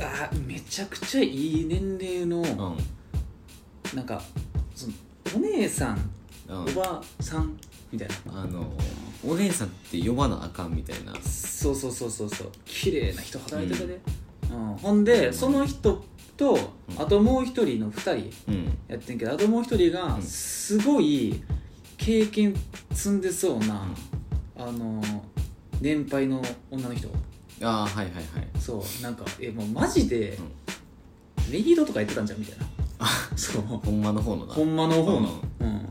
Speaker 1: あーめちゃくちゃいい年齢の、
Speaker 2: うん
Speaker 1: なんかそのお姉さん、
Speaker 2: うん
Speaker 1: おばさんみたいな
Speaker 2: あのお姉さんって呼ばなあかんみたいな
Speaker 1: そうそうそうそうそう綺麗な人働いてたで、うんほんでその人と、
Speaker 2: うん
Speaker 1: あともう一人の二人
Speaker 2: うん
Speaker 1: やってんけどあともう一人が
Speaker 2: うん
Speaker 1: すごい経験積んでそうな、あの年配の女の人
Speaker 2: ああはいはいはい
Speaker 1: そうなんかえもうマジで、
Speaker 2: うん
Speaker 1: メリードとかやってたんじゃんみたいなそう
Speaker 2: ほんまの方のな
Speaker 1: ほんまの方の、うん、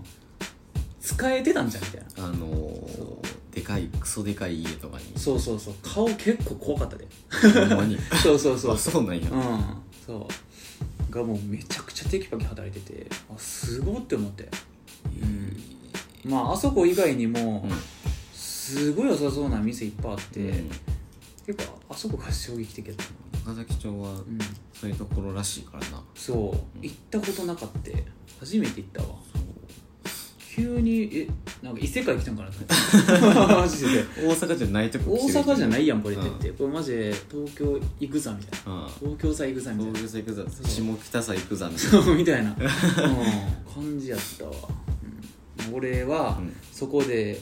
Speaker 1: 使えてたんじゃんみたいな
Speaker 2: あのー、でかいクソでかい家 とかに
Speaker 1: そうそうそう顔結構怖かったで
Speaker 2: ほんまに
Speaker 1: そうそうそう
Speaker 2: あそうなんや、
Speaker 1: うんそうがもうめちゃくちゃテキパキ働いててあすごって思ってまああそこ以外にも、
Speaker 2: うん
Speaker 1: すごい良さそうな店いっぱいあって、
Speaker 2: うん
Speaker 1: 結構あそこが衝撃的だったな
Speaker 2: 高崎町は
Speaker 1: うん
Speaker 2: そういうところらしいからな、
Speaker 1: そう行ったことなかった初めて行ったわ急にえなんか異世界来たんかなと思 ってマジで
Speaker 2: 大阪じゃないとこ
Speaker 1: 大
Speaker 2: 来てる
Speaker 1: 阪じゃないやんこれっ
Speaker 2: う
Speaker 1: てって、これマジで東京行くざみたいな
Speaker 2: うん
Speaker 1: 東京さ行くざみたいな
Speaker 2: 東京さ行くぞ下北沢行くぞみたいな
Speaker 1: そうみたいな、うん、感じやったわ、うん、俺は、
Speaker 2: うん
Speaker 1: そこで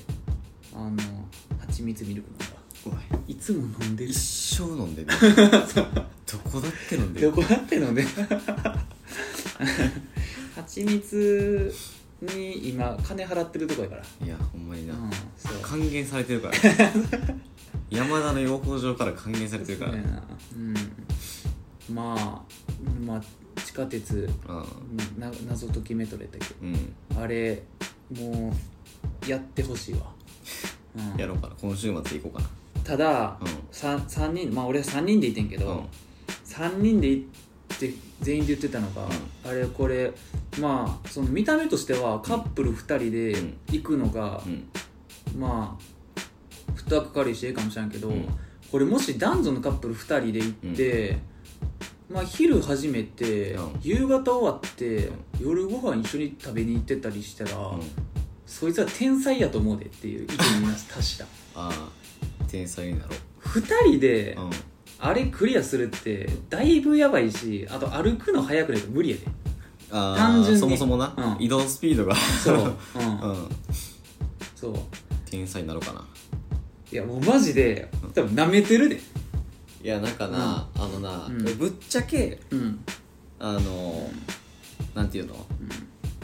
Speaker 1: あの蜂蜜ミルクなんだ
Speaker 2: 怖い
Speaker 1: いつも飲んでる
Speaker 2: 一生飲んでる どこだっけ飲んで
Speaker 1: ど
Speaker 2: る
Speaker 1: こだって のね蜂蜜に今金払ってるとこやから
Speaker 2: いやほんまにな、
Speaker 1: うんそう
Speaker 2: 還元されて るから山田の養蜂場から還元されてるから、
Speaker 1: そうやなうんまあまあ地下鉄な謎解きメトロやったっけ
Speaker 2: うん、うん、
Speaker 1: あれもうやってほしいわ、うん
Speaker 2: やろうかな今週末行こうかな
Speaker 1: ただ、
Speaker 2: うん
Speaker 1: さ三人まあ俺は3人でいてんけど、
Speaker 2: うん
Speaker 1: 3人で行って全員で言ってたのが、あれこれまあその見た目としてはカップル2
Speaker 2: う
Speaker 1: 人
Speaker 2: ん
Speaker 1: で行くのが
Speaker 2: う、ん
Speaker 1: まあ負担かかるしええかもしれんけど、
Speaker 2: うん
Speaker 1: これもし男女のカップル2人で行って、まあ昼始めて、
Speaker 2: うん
Speaker 1: 夕方終わって、夜ご飯一緒に食べに行ってたりしたら、
Speaker 2: うん
Speaker 1: そいつは天才やと思うでっていう意見に達 した
Speaker 2: ああ天才になろ
Speaker 1: 2人で、
Speaker 2: う、うん、
Speaker 1: あれクリアするってだいぶやばいしあと歩くの速くないと無理やで
Speaker 2: あー
Speaker 1: 単純に
Speaker 2: そもそもな、
Speaker 1: うん
Speaker 2: 移動スピードが
Speaker 1: そう、うん、
Speaker 2: うん
Speaker 1: そう
Speaker 2: 天才になろうかない
Speaker 1: やもうマジで多分舐めてるで
Speaker 2: いやなんかな、あのな、
Speaker 1: うん
Speaker 2: ぶっちゃけ
Speaker 1: うん
Speaker 2: あのーなんていうの、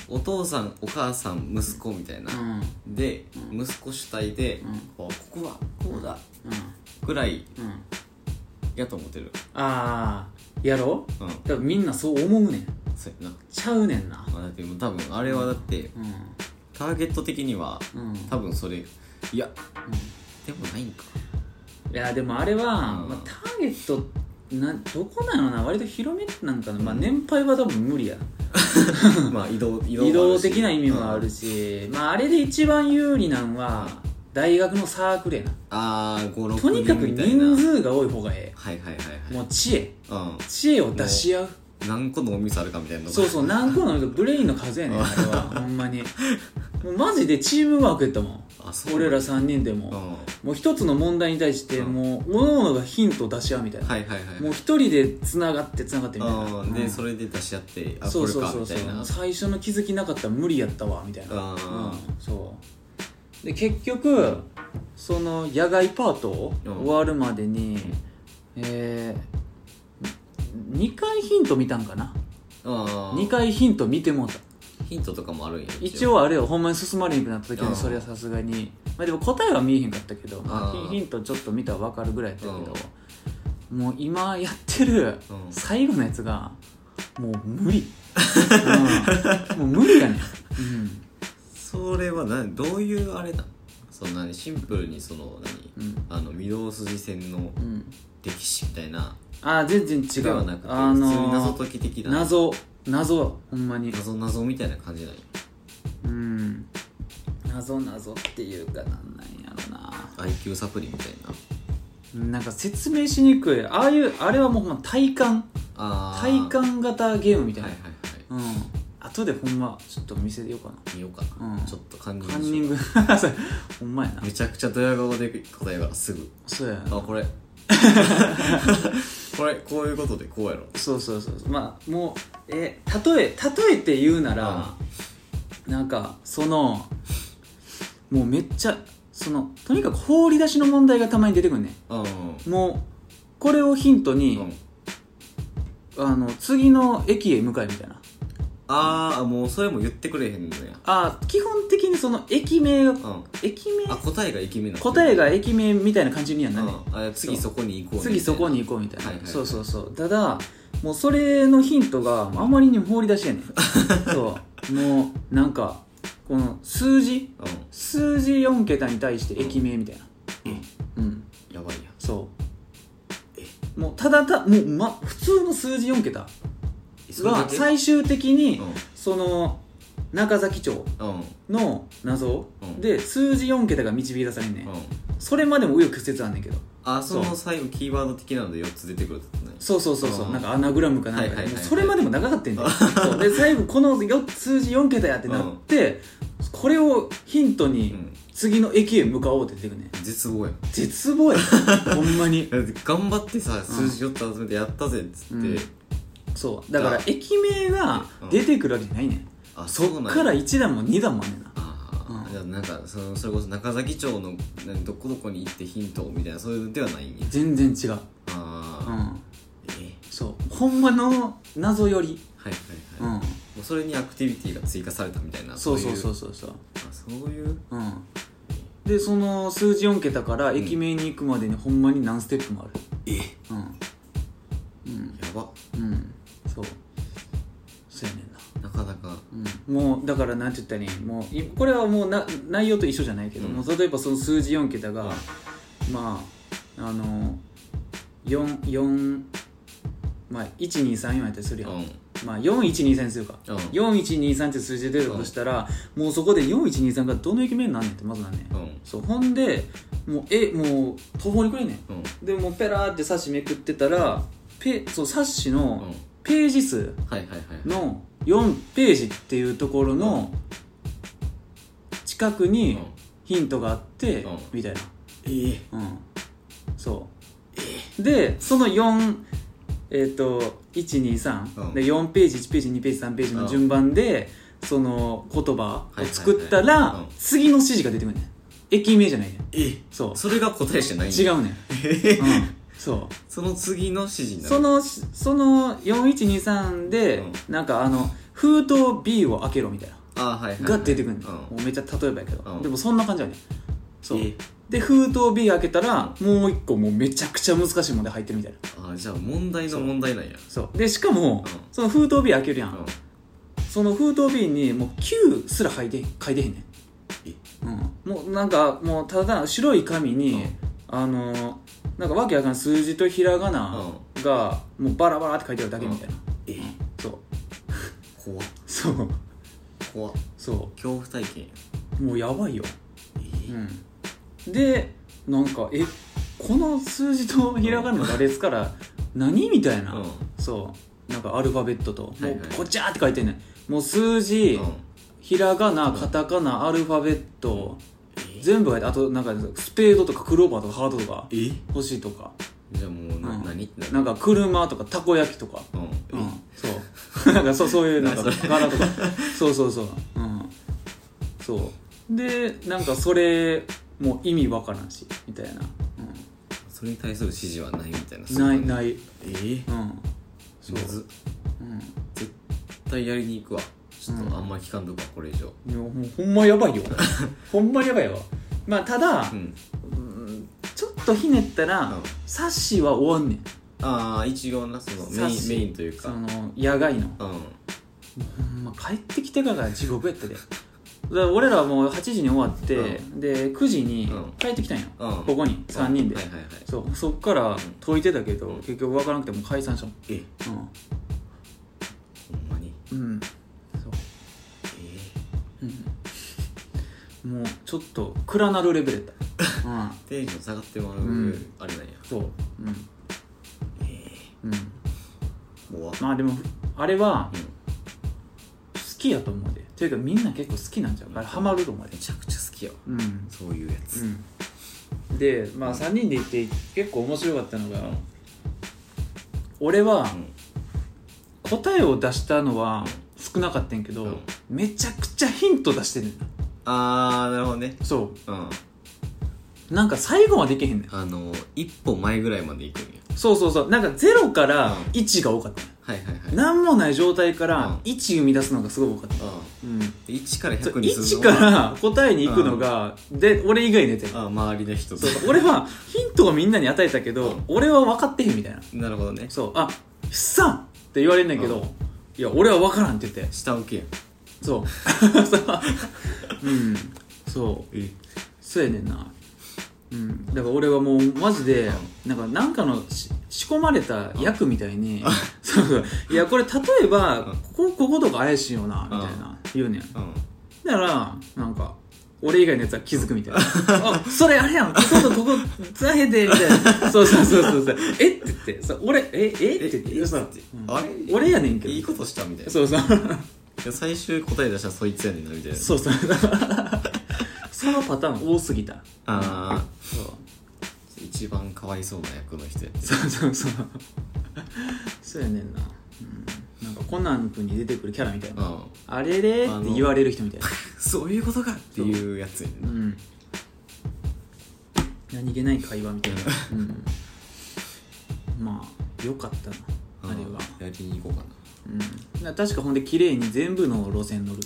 Speaker 2: お父さんお母さん息子みたいな
Speaker 1: う、んうん
Speaker 2: で息子主体で、
Speaker 1: うん
Speaker 2: こうここはこうだぐらい
Speaker 1: うん
Speaker 2: やと思ってる
Speaker 1: ああやろ
Speaker 2: うん
Speaker 1: 多分みんなそう思うねん
Speaker 2: そうやな
Speaker 1: ちゃうねんな
Speaker 2: まあだってもう多分あれはだって
Speaker 1: う
Speaker 2: ターゲット的には
Speaker 1: んうん
Speaker 2: 多分それいやでもない んか
Speaker 1: いやでもあれは、
Speaker 2: うん
Speaker 1: まあ、ターゲットなどこなのな割と広めなんかな、まあ、年配は多分無理や
Speaker 2: まあ移動移動もあるし
Speaker 1: 移動的な意味もあるし、まああれで一番有利なんは大学のサークルやな
Speaker 2: ああ56
Speaker 1: とにかく
Speaker 2: みたいな
Speaker 1: 人数が多い方がえ
Speaker 2: はいはいはい
Speaker 1: え
Speaker 2: は
Speaker 1: もう知恵
Speaker 2: い
Speaker 1: 知恵を出し合う
Speaker 2: うん何個のお店あるかみたいなとこ
Speaker 1: そうそう何個なのブレインの数やねんあれ はほんまにもうマジでチームワークやったもん
Speaker 2: あそう
Speaker 1: 俺ら3人で
Speaker 2: うん
Speaker 1: も
Speaker 2: は
Speaker 1: もう一つの問題に対して
Speaker 2: うん
Speaker 1: もう各々がヒントを出し合うみたい
Speaker 2: い
Speaker 1: な
Speaker 2: はいはい
Speaker 1: もう一人でつながってつながってみたいな
Speaker 2: うんで
Speaker 1: うん
Speaker 2: それで出し合ってあ
Speaker 1: そ
Speaker 2: こ
Speaker 1: う
Speaker 2: れ
Speaker 1: そう
Speaker 2: か
Speaker 1: そう
Speaker 2: み
Speaker 1: そ
Speaker 2: た
Speaker 1: う
Speaker 2: いな
Speaker 1: 最初の気づきなかったら無理やったわみたいな
Speaker 2: あ
Speaker 1: うんそうで結局その野外パート
Speaker 2: うん
Speaker 1: 終わるまでに、え2回ヒント見たんかな
Speaker 2: あ
Speaker 1: 2回ヒント見てもうた
Speaker 2: ヒントとかもあるんや
Speaker 1: 一応あれよほんまに進まれなくなった時
Speaker 2: うん
Speaker 1: にそれはさすがに、まあ、でも答えは見えへんかったけど、まあ
Speaker 2: うん
Speaker 1: ヒヒントちょっと見たら分かるぐらいやったけど、もう今やってる
Speaker 2: うん
Speaker 1: 最後のやつがもう無理、 うんもう無理やねん、うん
Speaker 2: それは何どういうあれだそんなにシンプルにその何、
Speaker 1: うん
Speaker 2: あの御堂筋線の
Speaker 1: うん、
Speaker 2: 歴史みたいな
Speaker 1: ああ全然違
Speaker 2: では
Speaker 1: う
Speaker 2: なくて、
Speaker 1: あ
Speaker 2: 普通に謎
Speaker 1: のー
Speaker 2: 解き的な
Speaker 1: 謎謎ほんまに
Speaker 2: 謎謎みたいな感じなんや
Speaker 1: うん謎謎っていうかなんなんやろ
Speaker 2: IQ サプリみたいな
Speaker 1: ななんか説明しにくいああいうあれはもうほんま体感
Speaker 2: あー
Speaker 1: 体感型ゲームみたい
Speaker 2: は
Speaker 1: ない
Speaker 2: はい
Speaker 1: う
Speaker 2: は
Speaker 1: ん後でほんまちょっと見せようか
Speaker 2: い見ようかな、
Speaker 1: うん
Speaker 2: ちょっと感じ
Speaker 1: なカンニ ングほんまやな
Speaker 2: めちゃくちゃドヤ顔で答えがすぐ
Speaker 1: そうや
Speaker 2: あ
Speaker 1: な
Speaker 2: これこれこういうことでこうやろ
Speaker 1: そうそうそうそうまあもうえ例え例えて言うならなんかそのもうめっちゃそのとにかく放り出しの問題がたまに出てくるね
Speaker 2: うん
Speaker 1: もうこれをヒントに、
Speaker 2: うん
Speaker 1: あの次の駅へ向かえみたいな
Speaker 2: ああもうそれも言ってくれへんのや
Speaker 1: あー基本的にその駅名が
Speaker 2: うん
Speaker 1: 駅
Speaker 2: あ
Speaker 1: 名
Speaker 2: 答えがイケメンな
Speaker 1: 答えが
Speaker 2: え
Speaker 1: 駅名みたいな感じにはなる、
Speaker 2: あ次そこに行こうね
Speaker 1: 次そこに行こうみたいな、
Speaker 2: はいはいはい
Speaker 1: そうそうそうただもうそれのヒントがあまりにも放り出 してんねんそうもうなんかこの数字
Speaker 2: うん
Speaker 1: 数字4桁に対して駅名みたいなうん、
Speaker 2: やばいや
Speaker 1: そうもうただたもう、ま、普通の数字4桁
Speaker 2: えそれだ
Speaker 1: が
Speaker 2: け
Speaker 1: 最終的に
Speaker 2: うん
Speaker 1: その中崎町
Speaker 2: うんうん
Speaker 1: の謎
Speaker 2: うん
Speaker 1: で数字4桁が導き出されんねんそれまでも紆余曲折あんねんけど
Speaker 2: あそ
Speaker 1: そう
Speaker 2: の最後キーワード的なので4つ出てくるってことね
Speaker 1: そうそうそうそううんなんかアナグラムかなんかで、
Speaker 2: はいはいはいは
Speaker 1: も
Speaker 2: い
Speaker 1: うそれまでも長かったんだよそうで最後このよ数字4桁やってなって、これをヒント
Speaker 2: う
Speaker 1: に
Speaker 2: ん
Speaker 1: 次の駅へ向かおうって出てくるね
Speaker 2: 絶望や
Speaker 1: 絶 望やほんまに
Speaker 2: だって頑張ってさ数字4つ集めてやったぜっつって、
Speaker 1: うんそうだから駅名が出てくるわけじゃないねん
Speaker 2: あそうなんや
Speaker 1: から1段も2段もあんねんな
Speaker 2: あ
Speaker 1: う
Speaker 2: あ
Speaker 1: ん
Speaker 2: じゃあなんかそのそれこそ中崎町のなんどこどこに行ってヒントみたいなそういうのではないんや
Speaker 1: 全然違うう
Speaker 2: ああ、
Speaker 1: ん
Speaker 2: え
Speaker 1: そうほんまの謎より
Speaker 2: はいはい
Speaker 1: う
Speaker 2: はい、も
Speaker 1: ん
Speaker 2: うそれにアクティビティが追加されたみたいな
Speaker 1: そうそうそううそうそう
Speaker 2: いうあそういう
Speaker 1: うんでその数字4桁から駅名に行くまでにほんまに何ステップもある
Speaker 2: えや
Speaker 1: うんうん
Speaker 2: ば
Speaker 1: うんそうそうやねんな
Speaker 2: なかなか
Speaker 1: うん、もうだからなんて言ったらいいんもういこれはもうな内容と一緒じゃないけど、
Speaker 2: うん
Speaker 1: もう例えばその数字4桁が、
Speaker 2: うん
Speaker 1: まああの44まあ1234やったりするや
Speaker 2: うん
Speaker 1: ん、
Speaker 2: うん
Speaker 1: まあ4123にするか、4123って数字で出たとしたら、もうそこで4123がどの駅名になんねんってまずなんねん、
Speaker 2: うん
Speaker 1: そうほんでもうえもう途方にくれんねん
Speaker 2: うん
Speaker 1: でもうペラーって冊子めくってたらペそう冊子の
Speaker 2: うん
Speaker 1: ページ数
Speaker 2: はいはいはい
Speaker 1: の4ページっていうところの近くにヒントがあって
Speaker 2: うん
Speaker 1: みたいな
Speaker 2: ええ
Speaker 1: うんそうでその4えっ、と123、
Speaker 2: うん
Speaker 1: で4ページ1ページ2ページ3ページの順番で、その言葉を作ったら、
Speaker 2: はいはいはいうん
Speaker 1: 次の指示が出てくるねん駅名じゃないねん
Speaker 2: え
Speaker 1: そう
Speaker 2: それが答えじゃないん
Speaker 1: 違
Speaker 2: や
Speaker 1: うねん、うん、そう
Speaker 2: その次の指示になる
Speaker 1: そのしその4123で、
Speaker 2: う
Speaker 1: なんかあの封筒 B を開けろみたいな
Speaker 2: ああはいはい
Speaker 1: が出てくるんだよ、
Speaker 2: うん
Speaker 1: もうめっちゃ例えばやけど、
Speaker 2: うん
Speaker 1: でもそんな感じやねんそう、
Speaker 2: え
Speaker 1: で封筒 B 開けたら、もう一個もうめちゃくちゃ難しい問題入ってるみたいな
Speaker 2: あじゃあ問題の問題なんや
Speaker 1: そうでしかも、
Speaker 2: うん
Speaker 1: その封筒 B 開けるや
Speaker 2: うん
Speaker 1: ん、その封筒 B にもう Q すら書いて書いてへんねん
Speaker 2: え
Speaker 1: うん、もうなんかもうただ白い紙に、
Speaker 2: うん
Speaker 1: あのーなんかわけわかんない数字とひらがながもうバラバラって書いてあるだけみたいな、
Speaker 2: え
Speaker 1: そう
Speaker 2: 怖っ
Speaker 1: そう
Speaker 2: 怖っ
Speaker 1: そ
Speaker 2: 恐怖体験や
Speaker 1: うもうやばいよ、
Speaker 2: え
Speaker 1: うん、でなんかえこの数字とひらがなの羅列 から何みたいな、
Speaker 2: うん
Speaker 1: そうなんかアルファベットとも
Speaker 2: はいはいう
Speaker 1: こちゃーって書いてんねんもう数字、
Speaker 2: うん
Speaker 1: ひらがなカタカナアルファベット、
Speaker 2: え
Speaker 1: 全部書いてあとなんかスペードとかクローバーとかハートとか
Speaker 2: え
Speaker 1: 星とか
Speaker 2: じゃあもうな
Speaker 1: うん
Speaker 2: 何って
Speaker 1: なん
Speaker 2: か
Speaker 1: か車とかたこ焼きとか
Speaker 2: うん
Speaker 1: うん
Speaker 2: え
Speaker 1: そう なんかそうそういうなんか
Speaker 2: 何それ
Speaker 1: 柄とかそうそうそううんそうでなんかそれもう意味わからんしみたいな、
Speaker 2: それに対する指示はないみたいな
Speaker 1: うん、ないないい
Speaker 2: え
Speaker 1: うんそう
Speaker 2: むず
Speaker 1: うん
Speaker 2: 絶対やりに行くわちょっとあんまり聞かんとかこれ以上
Speaker 1: いやもうほんまやばいよ ほんまやばいわまあただ、
Speaker 2: うん
Speaker 1: うんちょっとひねったら、
Speaker 2: うん
Speaker 1: サッシーは終わんねん
Speaker 2: ああ一応なそのメ
Speaker 1: 冊
Speaker 2: イン
Speaker 1: 子
Speaker 2: メインという
Speaker 1: そ
Speaker 2: か
Speaker 1: の野外の
Speaker 2: うん
Speaker 1: ほんま帰ってきてからが地獄やったでだから俺らはもう8時に終わって、
Speaker 2: う
Speaker 1: で9時に
Speaker 2: うん
Speaker 1: 帰ってきたんよ、
Speaker 2: うん
Speaker 1: ここに3人で、
Speaker 2: はいはいはい
Speaker 1: そうそっから解いてたけど、
Speaker 2: うん
Speaker 1: 結局分からなくてもう解散したも
Speaker 2: え
Speaker 1: ん
Speaker 2: ほんまに
Speaker 1: うん、うん、そ
Speaker 2: え
Speaker 1: う、うん、もうちょっと暗なるレベルやった うん
Speaker 2: テンション下がってもらう
Speaker 1: うん
Speaker 2: あれなんや
Speaker 1: そううん
Speaker 2: え
Speaker 1: うん
Speaker 2: 怖っ
Speaker 1: まあでもあれは
Speaker 2: うん
Speaker 1: 好きやと思うでというかみんな結構好きなんちゃうからハマると思うで
Speaker 2: めちゃくちゃ好きやわ
Speaker 1: うん
Speaker 2: そういうやつ
Speaker 1: うん、でまあ3人で行って結構面白かったのが、俺は
Speaker 2: うん
Speaker 1: 答えを出したのは少なかったんやけど、
Speaker 2: うん
Speaker 1: めちゃくちゃヒント出してるんだ
Speaker 2: あーなるほどね
Speaker 1: そ
Speaker 2: うん
Speaker 1: うなんか最後までいけへんねん
Speaker 2: あの一歩前ぐらいまで行くんや
Speaker 1: そうそうそうなんか0から
Speaker 2: うん
Speaker 1: 1が多かったんや
Speaker 2: はいはいはい
Speaker 1: 何もない状態か
Speaker 2: うん
Speaker 1: ら1生み出すのがすごい多かった、
Speaker 2: う
Speaker 1: うん、
Speaker 2: ん、1から100にす
Speaker 1: 1
Speaker 2: るの
Speaker 1: か
Speaker 2: は
Speaker 1: ら答えに行くのが、で俺以外寝てる
Speaker 2: あ周りの人と
Speaker 1: そう俺はヒントをみんなに与えたけど、
Speaker 2: うん
Speaker 1: 俺は分かってへんみたいな
Speaker 2: なるほどね
Speaker 1: そうあ筆算って言われんねんけど、
Speaker 2: うん
Speaker 1: いや俺は分からんって言って
Speaker 2: 下請けやん
Speaker 1: そうそう うんそう
Speaker 2: え
Speaker 1: そうやねんなうんだから俺はもうマジでなんかなんかのし仕込まれた役みたいに そうそういやこれ例えばこここことか怪しいよなみたいな言うねん
Speaker 2: うん
Speaker 1: だからなんか俺以外のやつは気づくみ たいな「あそれあれやんこことここザヘで」みたいな「そうそうそう そうそうえっ?」て言ってそう「俺ええ
Speaker 2: え
Speaker 1: っ?」て言って
Speaker 2: 嘘
Speaker 1: そううん
Speaker 2: あれ
Speaker 1: 俺やねんけど
Speaker 2: いいことしたみたいな
Speaker 1: そうそう
Speaker 2: いや最終答え出したらそいつやねんなみたいな
Speaker 1: そう そうそのパターン多すぎた
Speaker 2: ああ
Speaker 1: そう
Speaker 2: 一番かわいそうな役の人やって
Speaker 1: そうそうそうそうやねんな、うん、なんかコナン君に出てくるキャラみたいな
Speaker 2: う
Speaker 1: あれれって言われる人みたいなん
Speaker 2: そういうことかっていうやつやねん
Speaker 1: う
Speaker 2: なん
Speaker 1: 何気ない会話みたいな、うん、まあよかったなあれは
Speaker 2: うんやりに行こうか
Speaker 1: うんだから確かほんで綺麗に全部の路線乗る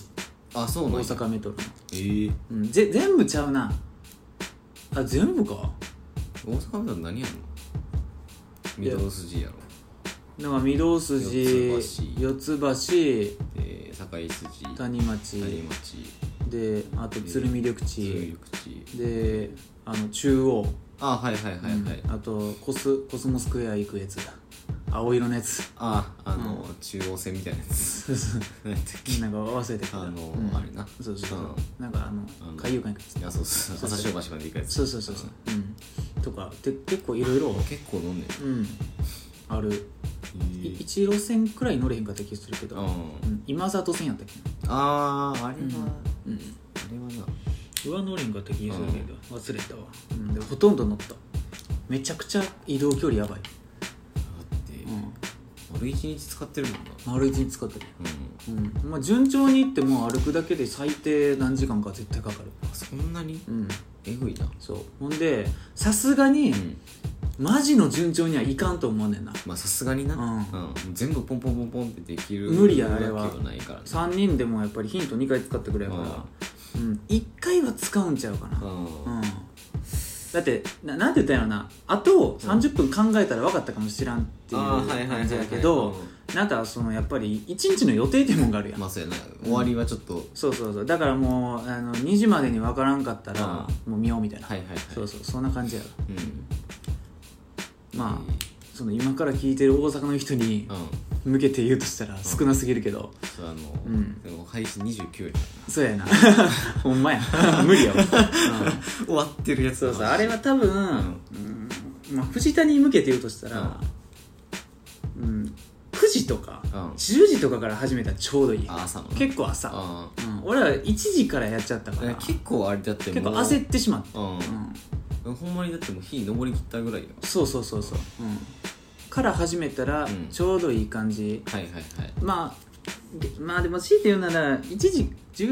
Speaker 2: なあそう
Speaker 1: 大
Speaker 2: なんや
Speaker 1: 阪メトロの、
Speaker 2: えー
Speaker 1: うん、ぜ全部ちゃうなあ全部か
Speaker 2: 大阪メトロ何やんのミドル筋やろ
Speaker 1: だから御堂筋四
Speaker 2: 四
Speaker 1: つ橋
Speaker 2: で堺筋
Speaker 1: 谷町
Speaker 2: 谷町
Speaker 1: であと鶴見緑地
Speaker 2: 鶴口
Speaker 1: であの中央
Speaker 2: あはいはいはいはい
Speaker 1: あとコスコスモスクエア行くやつだ青色のやつ
Speaker 2: ああの中央線みたいなやつ何やったっけ
Speaker 1: なんか忘れてた
Speaker 2: あの
Speaker 1: うん
Speaker 2: あれな
Speaker 1: そうそうそう、
Speaker 2: うん
Speaker 1: なんかあ
Speaker 2: あ
Speaker 1: の
Speaker 2: の
Speaker 1: 海遊館行くやつ
Speaker 2: いやそうそう
Speaker 1: そう
Speaker 2: 朝潮橋まで行くやつ
Speaker 1: そうそうそうそううんとかで結構いろいろ
Speaker 2: 結構飲んで
Speaker 1: うんあるい
Speaker 2: る
Speaker 1: 一路線くらい乗れへんかった気するけ
Speaker 2: う
Speaker 1: ど、うんん、今里線やったっけ
Speaker 2: あああれ
Speaker 1: な
Speaker 2: は
Speaker 1: うん
Speaker 2: あれはな
Speaker 1: 上乗れへんかった気するけど忘れたわ、うん、でもほとんど乗っためちゃくちゃ移動距離やばい、
Speaker 2: だって
Speaker 1: うん、
Speaker 2: 丸一日使ってるもんな
Speaker 1: 丸一日使ったね
Speaker 2: うん
Speaker 1: うんまあ、順調に行っても歩くだけで最低何時間か絶対かかる
Speaker 2: あそんなに
Speaker 1: うん
Speaker 2: えぐいな
Speaker 1: そうほんでさすがに、
Speaker 2: うん
Speaker 1: マジの順調にはいかんと思うねんな
Speaker 2: まあさすがにな
Speaker 1: うん
Speaker 2: うん全部ポンポンポンポンってできる
Speaker 1: 無理やあれは
Speaker 2: わけないからね
Speaker 1: 3人でもやっぱりヒント2回使ったぐらいやから、うん、1回は使うんちゃうかな、
Speaker 2: う
Speaker 1: うん
Speaker 2: ん
Speaker 1: だってななんて言ったんやろなあと30分考えたら分かったかもしらんっていう
Speaker 2: あーはいはいはいはい
Speaker 1: 感じやけどなんかそのやっぱり一日の予定ってもんがあるやん、
Speaker 2: まあそうやな終わりはちょっと
Speaker 1: そうそうそうだからもうあの2時までに分からんかったらもう見ようみたいな、
Speaker 2: はいはいはい
Speaker 1: そうそうそんな感じやろ
Speaker 2: うん
Speaker 1: まあその今から聞いてる大阪の人に
Speaker 2: うん
Speaker 1: 向けて言うとしたら少なすぎるけど、
Speaker 2: そうあの
Speaker 1: ん
Speaker 2: でも配信29やか
Speaker 1: そう やなほんまや無理やわ、うん
Speaker 2: ら終わってるやつ
Speaker 1: そうそうあれは多分、うんまあ、藤田に向けて言うとしたら、うん、9時とか、
Speaker 2: うん
Speaker 1: 10時とかから始めたらちょうどいい
Speaker 2: あ朝のね
Speaker 1: 結構朝、
Speaker 2: あ
Speaker 1: うん、俺ら1時からやっちゃったか
Speaker 2: ー
Speaker 1: ら
Speaker 2: え
Speaker 1: 結
Speaker 2: 結構あれだって
Speaker 1: 構
Speaker 2: もう
Speaker 1: 焦ってしまった、うん、
Speaker 2: うんほんまにだってもう火登りきったぐらいよ
Speaker 1: そうそうそうそう、うん、から始めたら
Speaker 2: ん
Speaker 1: ちょうどいい感じ、
Speaker 2: はいはいはい
Speaker 1: まあげまあでも強いて言うなら1時12時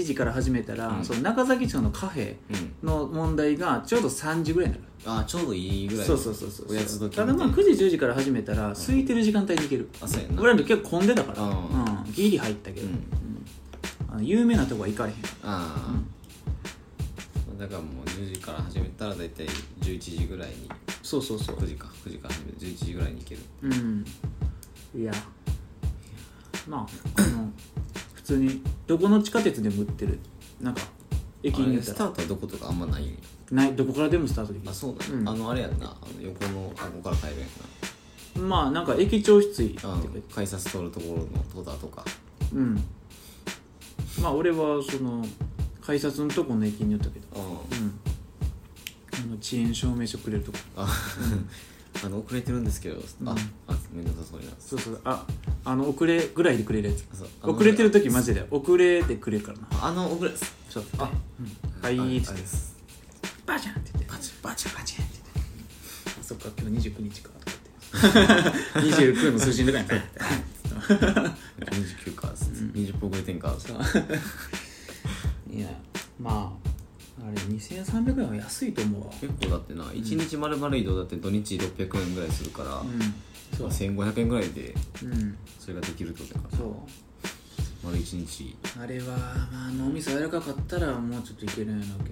Speaker 1: 1時から始めたら、
Speaker 2: うん
Speaker 1: その中崎町のカフェ
Speaker 2: うん
Speaker 1: の問題がちょうど3時ぐらいになる
Speaker 2: あちょうどいいぐらい
Speaker 1: そうそうそうそう
Speaker 2: おやつ時みた
Speaker 1: た
Speaker 2: い
Speaker 1: だ
Speaker 2: な
Speaker 1: まあ9時10時から始めたら空いてる時間帯で行ける
Speaker 2: あそうやな
Speaker 1: 俺らの結構混んでたから
Speaker 2: う
Speaker 1: うん
Speaker 2: ん
Speaker 1: ギリ入ったけ
Speaker 2: う
Speaker 1: ど
Speaker 2: ん
Speaker 1: あの有名なとこは行かれへん
Speaker 2: ああ、だからもう10時から始めたら大体11時ぐらいに
Speaker 1: そうそうそう
Speaker 2: 9時か9時から始めて11時ぐらいに行ける
Speaker 1: うんいやまああの普通にどこの地下鉄でも売ってるなんか駅に
Speaker 2: あれ
Speaker 1: 行っ
Speaker 2: ス
Speaker 1: た
Speaker 2: タ
Speaker 1: ら
Speaker 2: ートはどことかあんまないんや
Speaker 1: ないどこからでもスタートでき
Speaker 2: あ
Speaker 1: ます
Speaker 2: そうだね、
Speaker 1: うん
Speaker 2: あのあれやんなあの横のあここから帰るや
Speaker 1: まあなんか駅長室って
Speaker 2: んな、うん
Speaker 1: 書いて、
Speaker 2: 改札通るところの戸田とか
Speaker 1: うんまあ俺はその改札のとこの駅に寄ったけど
Speaker 2: うん
Speaker 1: うんあの遅延証明書くれるとこ
Speaker 2: あ あの遅れてるんですけど、あ
Speaker 1: うん
Speaker 2: あ面倒くさそうにな
Speaker 1: そうそうああの遅れぐらいでくれるやつ
Speaker 2: そうあの
Speaker 1: 遅れてる時マジで遅れてくれるからな
Speaker 2: あの遅れ
Speaker 1: ちょっとあ、うん、はい
Speaker 2: あ
Speaker 1: ーっつ
Speaker 2: あ
Speaker 1: っ
Speaker 2: れ
Speaker 1: て
Speaker 2: です
Speaker 1: バチャンって言って
Speaker 2: バチバチバ
Speaker 1: っ
Speaker 2: チ
Speaker 1: て言ってあそっか今日29日 かとか言って29の数字の中にバンって
Speaker 2: 29か、20分遅れてんか
Speaker 1: そういやまああれ2300円は安いと思うわ
Speaker 2: 結構だってな1日丸々移動だって土日600円ぐらいするから、
Speaker 1: う
Speaker 2: ま
Speaker 1: んそう
Speaker 2: あ、1500円ぐらいで
Speaker 1: うん
Speaker 2: それができるってことだから
Speaker 1: そ
Speaker 2: 丸1日
Speaker 1: うあれはまあ脳みそ柔らかかったらもうちょっといけるんやろうけ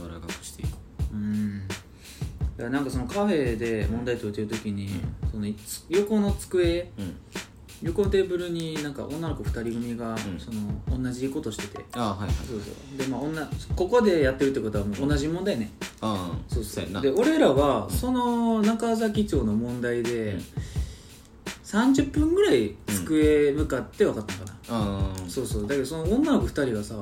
Speaker 1: ど
Speaker 2: 柔らかくしていこ
Speaker 1: うんだからなんかそのカフェで問題解いてる時に、そのつ横の机
Speaker 2: う、うん、
Speaker 1: 横のテーブルになんか女の子2人組が、
Speaker 2: ん
Speaker 1: その同じことしてて
Speaker 2: ああはいはい
Speaker 1: そうそうでまあ女ここでやってるってことはもう同じ問題ね
Speaker 2: ああ
Speaker 1: そう
Speaker 2: そ
Speaker 1: そう
Speaker 2: やな
Speaker 1: うで俺らはその中崎町の問題で
Speaker 2: うん
Speaker 1: 30分ぐらい机向かって分かったのかな、
Speaker 2: ああ
Speaker 1: そうそうだけどその女の子2人がさ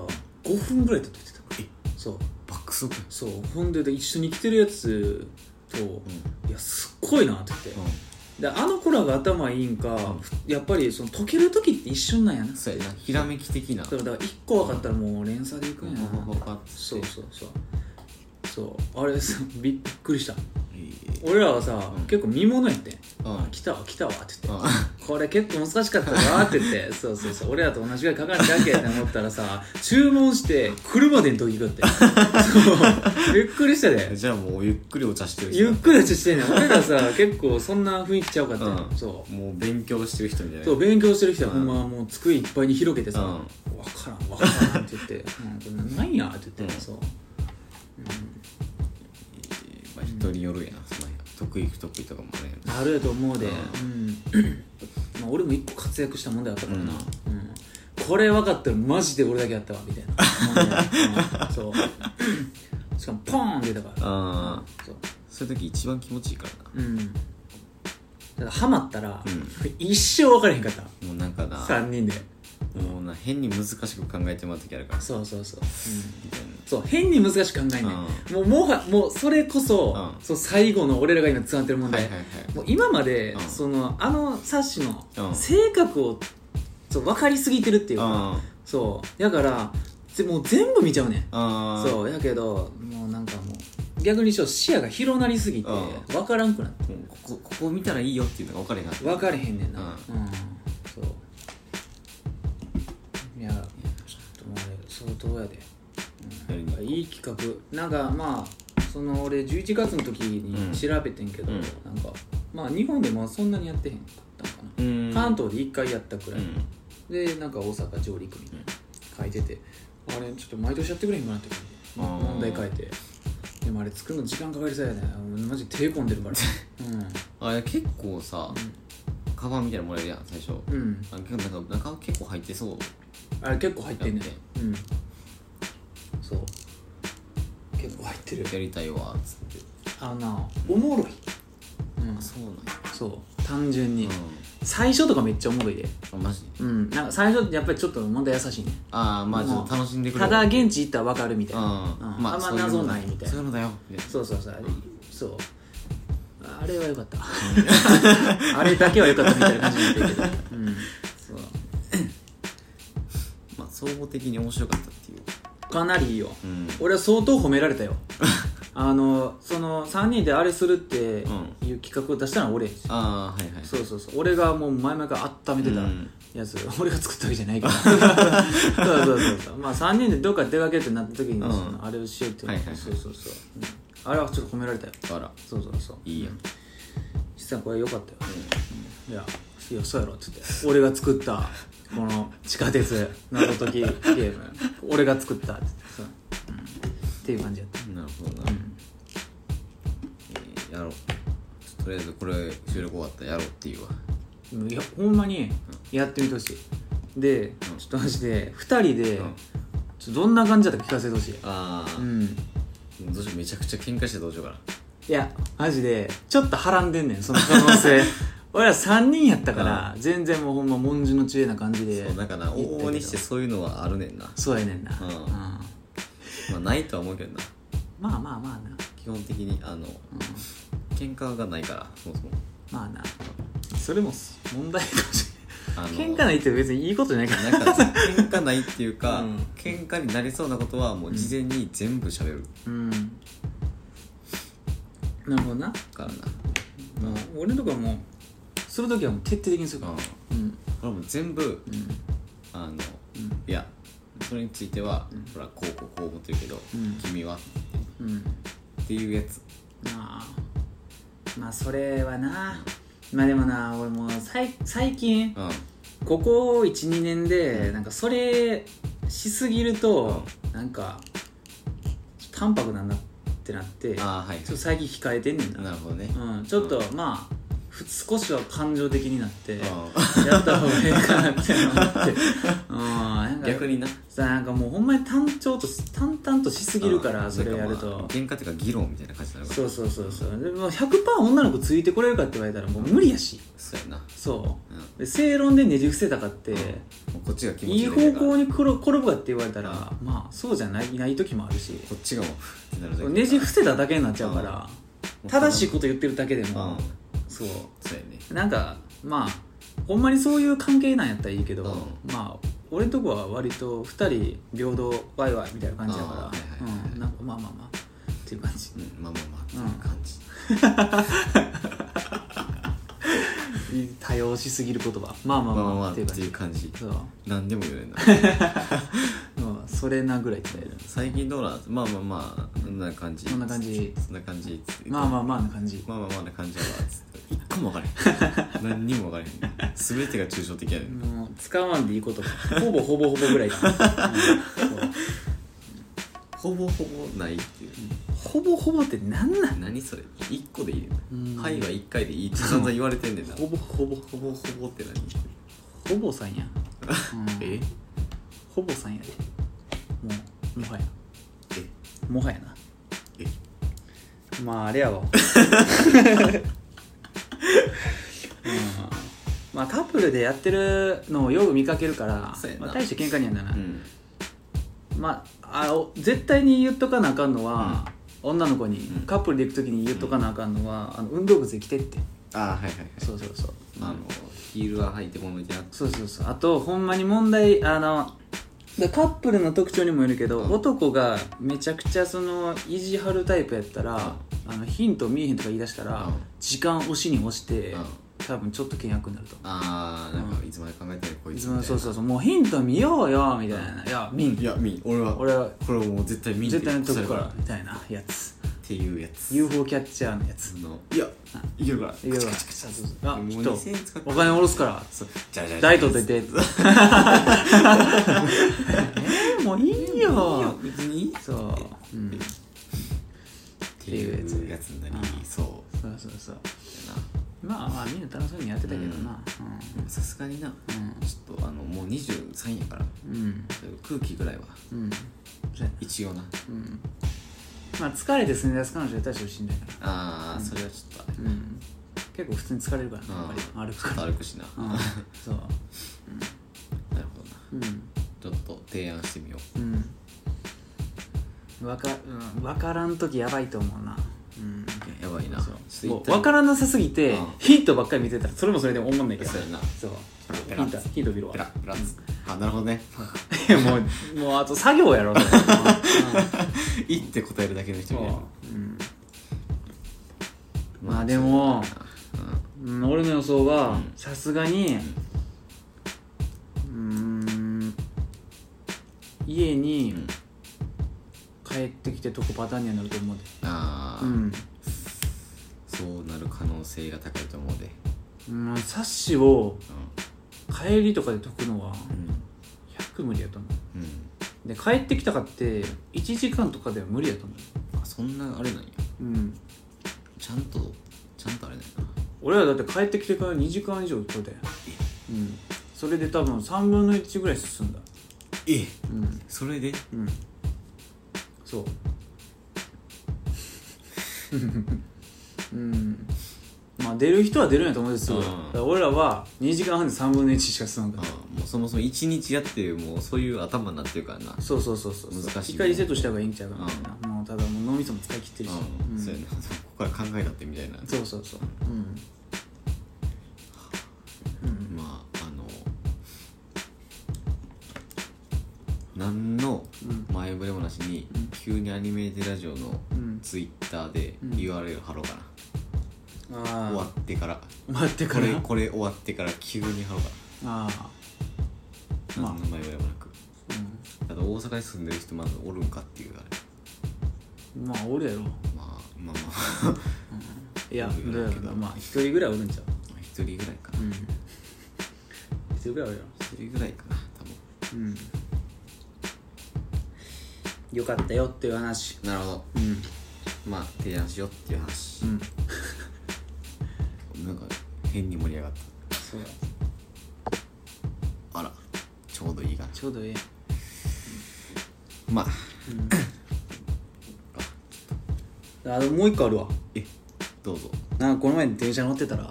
Speaker 1: 5分ぐらいで解いてたそう
Speaker 2: バックストップ
Speaker 1: そうほんでで一緒に来てるやつと、いやすっごいなって言って、
Speaker 2: う
Speaker 1: であの子らが頭いいんか、やっぱりその解ける時って一瞬なんやなん
Speaker 2: そうやなひらめき的な
Speaker 1: そうだから1個分かったらもう連鎖でいくんやな、
Speaker 2: ほほほほって
Speaker 1: そうそうそうそうあれさびっくりした
Speaker 2: いい
Speaker 1: 俺らはさ、
Speaker 2: うん
Speaker 1: 結構見物やってん
Speaker 2: あ
Speaker 1: 来たわ来たわって言って
Speaker 2: ああ
Speaker 1: これ結構難しかったわって言って そうそうそう俺らと同じぐらいかかんじゃんけって思ったらさ注文して来るまでに時がってそうびっくりしたで
Speaker 2: じゃあもうゆっくりお茶してる
Speaker 1: ゆっ
Speaker 2: 人
Speaker 1: くりとしてんねん俺らさ結構そんな雰囲気ちゃうかったよ
Speaker 2: うん
Speaker 1: そ
Speaker 2: もう勉強してる人みたいな
Speaker 1: うそう勉強してる人は
Speaker 2: う
Speaker 1: ほ
Speaker 2: ん
Speaker 1: んまもう机いっぱいに広げてさ「
Speaker 2: うん
Speaker 1: わからんわからん」って言って「うん、これなんや」って言って、
Speaker 2: うん
Speaker 1: そう
Speaker 2: まあ人によるやなその辺得意不得意とかもね
Speaker 1: あるやと思うで、うんまあ、俺も一個活躍した問題あったからな、うんこれ分かったらマジで俺だけやったわみた いなうんそうしかもポーン出たから
Speaker 2: ああ
Speaker 1: そう
Speaker 2: そういう時一番気持ちいいから
Speaker 1: うんただハマったら、
Speaker 2: う
Speaker 1: 一生分からへんかった
Speaker 2: なもうなんかな
Speaker 1: 3人で
Speaker 2: もうな変に難しく考えてもらう時あるから
Speaker 1: そうそうそう、うん
Speaker 2: みたいな
Speaker 1: そう変に難しく考えんねん、もうもはもうそれこそ,、
Speaker 2: うん
Speaker 1: そう最後の俺らが今つながってる問
Speaker 2: はい
Speaker 1: 題、
Speaker 2: はいはい
Speaker 1: もう今まで、
Speaker 2: うん
Speaker 1: そのあの冊子
Speaker 2: う
Speaker 1: の
Speaker 2: ん
Speaker 1: 性格を、そう分かりすぎてるっていうか、
Speaker 2: あ
Speaker 1: そうだからぜもう全部見ちゃうねん
Speaker 2: あう
Speaker 1: そうやけどもうなんかもう逆にちょっと視野が広なりすぎて
Speaker 2: うん
Speaker 1: 分からんくなって
Speaker 2: もうここここ見たらいいよっていうのが分かれへんかった
Speaker 1: 分かれへんねんな
Speaker 2: う
Speaker 1: うんん、そういやちょっともうあれ相当やで
Speaker 2: やりに行こう
Speaker 1: いい企画なんかまあその俺11月の時
Speaker 2: うん
Speaker 1: に調べてんけど、
Speaker 2: うん
Speaker 1: なんかまあ日本でもそんなにやってへんかったんかな、
Speaker 2: うーん
Speaker 1: 関東で1回やったく
Speaker 2: う
Speaker 1: らい、
Speaker 2: ん
Speaker 1: でなんか大阪上陸みたいな書いててあれちょっと毎年やってくれへんかなって
Speaker 2: あー
Speaker 1: 問題書いてでもあれ作るの時間かかりそうやねマジ手込んでる から
Speaker 2: あれ結構さカバンみたいなのもらえるやん最初
Speaker 1: うん、うん、
Speaker 2: あ結構なんか中結構入ってそう
Speaker 1: あれ結構入ってんね
Speaker 2: だっ
Speaker 1: うんそう結構入ってる
Speaker 2: やりたいわっつって
Speaker 1: あのなおもろい、うん
Speaker 2: あ、そうなんや
Speaker 1: そう単純に、
Speaker 2: う
Speaker 1: 最初とかめっちゃおもろいで
Speaker 2: んあマジで
Speaker 1: うんなんか最初ってやっぱりちょっと問題優しいね
Speaker 2: ああまあちょっと楽しんでくれ
Speaker 1: ただ
Speaker 2: うん
Speaker 1: 現地行ったら分かるみたいな、うん
Speaker 2: ま
Speaker 1: あんま
Speaker 2: そういうの
Speaker 1: 謎ないみたいな
Speaker 2: そういうのだよみたいな
Speaker 1: そうそうそう、そうあれは良かったあれだけは良かったみたいな感じになってるけど、うん、そう
Speaker 2: まあ総合的に面白かったっていう
Speaker 1: かなりいいよ
Speaker 2: うん
Speaker 1: 俺は相当褒められ たよあのその3人であれするっていう企画を出したのは俺やし
Speaker 2: ああはいはい
Speaker 1: そうそうそう俺がもう前々から温めてた
Speaker 2: うん
Speaker 1: やつ、俺が作ったわけじゃ ないからそうそうそうそうまあ3人でどっか出かけるってなった時に、
Speaker 2: うん
Speaker 1: そのあれをしようって、
Speaker 2: はいはいはい
Speaker 1: そうそうそう、うんあれはちょっと褒められたよ
Speaker 2: あら
Speaker 1: そうそうそう
Speaker 2: いいやん
Speaker 1: 実はこれ良かったよ、いやいやそうやろって言って俺が作ったこの地下鉄謎解きゲーム俺が作ったって言ってそう、うん、っていう感じやった
Speaker 2: なるほどなえーやろうちょとりあえずこれ収録終わったらやろうっていうわ
Speaker 1: うんいやほんまにやってみてほしいで、ちょっとマジで2人で、
Speaker 2: うん
Speaker 1: ちょっとどんな感じだったか聞かせてほしい
Speaker 2: あ
Speaker 1: う
Speaker 2: あ
Speaker 1: ん
Speaker 2: どうしようめちゃくちゃ喧嘩してどうしようかない
Speaker 1: やマジでちょっとはらんでんねんその可能 性俺ら3人やったから全然もうほんま文字の知恵な感じで
Speaker 2: そうだか
Speaker 1: 言
Speaker 2: ら
Speaker 1: ったけ
Speaker 2: 往
Speaker 1: ど
Speaker 2: 々にしてそういうのはあるねんな
Speaker 1: そうやねんな、
Speaker 2: うん
Speaker 1: ま
Speaker 2: まあないとは思うけどな
Speaker 1: あまあまあな
Speaker 2: 基本的にあの喧嘩がないからそもそも
Speaker 1: まあなそれも問題かもし
Speaker 2: あの
Speaker 1: れない喧嘩ないって別にいいことじゃないからね
Speaker 2: なんか喧嘩ないっていうか、
Speaker 1: うん
Speaker 2: 喧嘩になりそうなことはもう事前に全部喋る
Speaker 1: うんなるほどな、
Speaker 2: からな、
Speaker 1: もう俺とかもするときはもう徹底的にするから
Speaker 2: うん、こ
Speaker 1: うん
Speaker 2: れもう全部、
Speaker 1: うん
Speaker 2: あの、いやそれについては、ほらこうこうこう思ってるけど、
Speaker 1: うん
Speaker 2: 君は
Speaker 1: うん
Speaker 2: っていうやつ
Speaker 1: なあまあそれはなまあでもな俺もうさい最近
Speaker 2: うん
Speaker 1: ここ12年でなんかそれしすぎるとなんか淡白なんだってなってちょっ
Speaker 2: ああはい
Speaker 1: と最近控えてんねん
Speaker 2: な
Speaker 1: な
Speaker 2: るほどね
Speaker 1: うんちょっとまあふ少しは感情的になって
Speaker 2: う
Speaker 1: やった方がいいかなって思って うんなん
Speaker 2: ん
Speaker 1: か
Speaker 2: 逆にな
Speaker 1: さなんかもうほんまに単調と淡々としすぎるか
Speaker 2: う
Speaker 1: ら
Speaker 2: ん
Speaker 1: それやる
Speaker 2: なんかま
Speaker 1: と
Speaker 2: あ喧嘩っていうか議論みたいな感じになるから
Speaker 1: そうそうそうそうでも100%女の子ついてこれるかって言われたらもう無理やし
Speaker 2: そうやな
Speaker 1: そ
Speaker 2: うんも
Speaker 1: うで正論でねじ伏せたかって、
Speaker 2: うこっちが気持
Speaker 1: い
Speaker 2: ち
Speaker 1: い
Speaker 2: いいだ
Speaker 1: 方
Speaker 2: けだから
Speaker 1: 向に転転ぶかって言われたら、まあそうじゃないない時もあるし
Speaker 2: こっちがもうふってなるだけだから
Speaker 1: ねじ伏せただけになっちゃうから、
Speaker 2: うん
Speaker 1: 正しいこと言ってるだけで
Speaker 2: う
Speaker 1: も、
Speaker 2: ん
Speaker 1: そ
Speaker 2: そうやね
Speaker 1: うなんかまあほんまにそういう関係なんやったらいいけど、
Speaker 2: う
Speaker 1: まあ俺んとこは割と2人平等ワイワイみたいな感じだから、
Speaker 2: あーはいはいはい
Speaker 1: うん、なんかまあまあまあっていう感じ
Speaker 2: うんまあまあまあっていう感じ
Speaker 1: 多用しすぎる言葉まあまあ
Speaker 2: まあ
Speaker 1: ま
Speaker 2: ま
Speaker 1: あ
Speaker 2: あまあ
Speaker 1: っ
Speaker 2: ってて
Speaker 1: いう感
Speaker 2: い
Speaker 1: じ
Speaker 2: う感じ
Speaker 1: そう、
Speaker 2: 何でも言えるな
Speaker 1: うん、それなぐらい伝える
Speaker 2: 最近どうなんまあまあまあそんな感じ
Speaker 1: そんな感じ
Speaker 2: そんな感じ
Speaker 1: まあまあまあな感じ
Speaker 2: まあまあまあな感じやわつって一個も分から へん何にも分からへん全てが抽象的やねん
Speaker 1: もう使わんでいいことほぼほぼほぼぐらいだ、うんそう
Speaker 2: ほぼほぼないっていう
Speaker 1: ほぼほぼってなんなん
Speaker 2: 何それ一個でいい
Speaker 1: うん
Speaker 2: のはいは一回でいいって散々言われてんねんな
Speaker 1: ほぼほぼ
Speaker 2: ほぼほぼって何
Speaker 1: ほぼさん や、うん
Speaker 2: え
Speaker 1: ほぼさんやでもうもはや
Speaker 2: え
Speaker 1: もはやな
Speaker 2: え
Speaker 1: まああれ やわうんまあカップルでやってるのをよく見かけるから
Speaker 2: そうや、な
Speaker 1: まあ、大して喧嘩にはなら
Speaker 2: う
Speaker 1: ない、
Speaker 2: ん
Speaker 1: まあ、あお絶対に言っとかなあかんのは、女の子に、
Speaker 2: うん
Speaker 1: カップルで行く時に言っとかなあかんのは、あの運動靴着てって
Speaker 2: ああはいはいはい
Speaker 1: そうそうそう
Speaker 2: あのヒールは履いてこのみたいな
Speaker 1: そうそうそうあとほんまに問題あのだカップルの特徴にもよるけど、
Speaker 2: うん
Speaker 1: 男がめちゃくちゃその意地張るタイプやったら、あのヒント見えへんとか言い出したら、
Speaker 2: うん
Speaker 1: 時間押しに押して、
Speaker 2: うん
Speaker 1: 多分ちょっと険悪になると思
Speaker 2: ああなんかいつまで考えてるこ
Speaker 1: う
Speaker 2: い
Speaker 1: い
Speaker 2: つ
Speaker 1: つ
Speaker 2: みたい
Speaker 1: も
Speaker 2: な
Speaker 1: そうそうそうもうヒント見ようよみたいな、いや見ん
Speaker 2: いやみ俺は
Speaker 1: 俺は
Speaker 2: これはもう絶対見んで
Speaker 1: 絶対のとこか
Speaker 2: それ
Speaker 1: らみたいなやつ
Speaker 2: っていうやつ
Speaker 1: UFO キャッチャーのやつ
Speaker 2: そのいやいるから
Speaker 1: いや
Speaker 2: カチカチカチ
Speaker 1: あ
Speaker 2: もう
Speaker 1: きっと
Speaker 2: 2000円使って
Speaker 1: お金下ろすから
Speaker 2: そうじゃあじゃあ
Speaker 1: 大取っててえーもういい
Speaker 2: いい
Speaker 1: よ
Speaker 2: よ別に
Speaker 1: そう、うん、
Speaker 2: っていうやつやつになりそう
Speaker 1: そうそうそう
Speaker 2: や
Speaker 1: まあまあみんな楽しそうにやってたけどな
Speaker 2: なでもさすがになちょっとあのもう23やから
Speaker 1: うんうん
Speaker 2: 空気ぐらいは
Speaker 1: うん、うんそうやな
Speaker 2: 一応な
Speaker 1: うん、まあ疲れて住み出す彼女は大してしんどいか
Speaker 2: ああそれはちょっとあれ
Speaker 1: ら、うん、結構普通に疲れるからなやっぱり歩く
Speaker 2: ちょっ
Speaker 1: か
Speaker 2: と
Speaker 1: ら
Speaker 2: 歩くしな
Speaker 1: うん
Speaker 2: なる
Speaker 1: そう
Speaker 2: ほどな
Speaker 1: うん
Speaker 2: ちょっと提案してみよう
Speaker 1: うんわか、うん、分からん時やばいと思うなうん
Speaker 2: やばいな
Speaker 1: そうもう分
Speaker 2: 分
Speaker 1: からなさすぎて
Speaker 2: うん
Speaker 1: ヒントばっかり見てたらそれもそれで思んないけど
Speaker 2: そうやな
Speaker 1: そう
Speaker 2: ペ
Speaker 1: ヒ
Speaker 2: ラ
Speaker 1: ントヒント見ろ
Speaker 2: ペラペラあなるほどね
Speaker 1: いや もうもうあと作業やろそれ
Speaker 2: いいって答えるだけの
Speaker 1: う
Speaker 2: 人
Speaker 1: ん
Speaker 2: もいる
Speaker 1: うんまあでも、うん、俺の予想は
Speaker 2: うん
Speaker 1: さすがにうーん家に
Speaker 2: うん
Speaker 1: 帰ってきてとこパターンになると思うで
Speaker 2: ああ
Speaker 1: うん
Speaker 2: そうなる可能性が高いと思うで
Speaker 1: うんサッシを帰りとかで解くのは
Speaker 2: うん
Speaker 1: 100無理やと思う
Speaker 2: うん、
Speaker 1: で帰ってきたかって1時間とかでは無理やと思
Speaker 2: あそんなあれなんや
Speaker 1: ううん
Speaker 2: ちゃんとちゃんとあれなんや
Speaker 1: 俺らだって帰ってきてから2時間以上取れたやんうんそれで多分3分の1ぐらい進んだ
Speaker 2: え
Speaker 1: うん
Speaker 2: それで
Speaker 1: うんそう うんまあ出る人は出るんやと思うんですよ
Speaker 2: うん
Speaker 1: だから俺らは2時間半で3分の1しか進ん
Speaker 2: あ
Speaker 1: だ
Speaker 2: あもうそもそも一日やってもうそういう頭になってるからな
Speaker 1: そうそうそうそう
Speaker 2: 難しい
Speaker 1: 一回リセットした方がいいんちゃうかなみたいなもうただもう脳みそも使い切ってるし
Speaker 2: うん、
Speaker 1: うん
Speaker 2: そうやな ここから考えたってみたいな
Speaker 1: そうそうそううんうん
Speaker 2: まああの何の前触れもなしに、
Speaker 1: うん
Speaker 2: 急にアニメーテラジオの
Speaker 1: うん
Speaker 2: ツイッターで
Speaker 1: うん
Speaker 2: URL 貼ろうか
Speaker 1: あ
Speaker 2: な、終わ
Speaker 1: あ
Speaker 2: ってから
Speaker 1: 待って
Speaker 2: こ
Speaker 1: から
Speaker 2: れこれ終わってから急に貼ろうか
Speaker 1: ああま
Speaker 2: な
Speaker 1: あ
Speaker 2: 何の前触れもなく
Speaker 1: う
Speaker 2: だただ大阪に住んでる人まだおるんかっていうあれ
Speaker 1: まあおるやろ
Speaker 2: まあまあまあ
Speaker 1: いや
Speaker 2: おる
Speaker 1: どうや
Speaker 2: や
Speaker 1: ろ
Speaker 2: ろうけど
Speaker 1: なまあ一人ぐらいおるんちゃう
Speaker 2: 一人ぐらいかな
Speaker 1: うん一人ぐらいおるやろ
Speaker 2: 一人ぐらいかな多分
Speaker 1: うんよかったよっていう話
Speaker 2: なるほど
Speaker 1: うん
Speaker 2: まあ提案しようっていう話
Speaker 1: うん
Speaker 2: なんか変に盛り上がっ
Speaker 1: そうだ
Speaker 2: たあらちょうどいい感じ
Speaker 1: ちょうどいい
Speaker 2: まあ
Speaker 1: あでももう一個あるわ
Speaker 2: えどうぞ
Speaker 1: なんかこの前電車乗ってたら、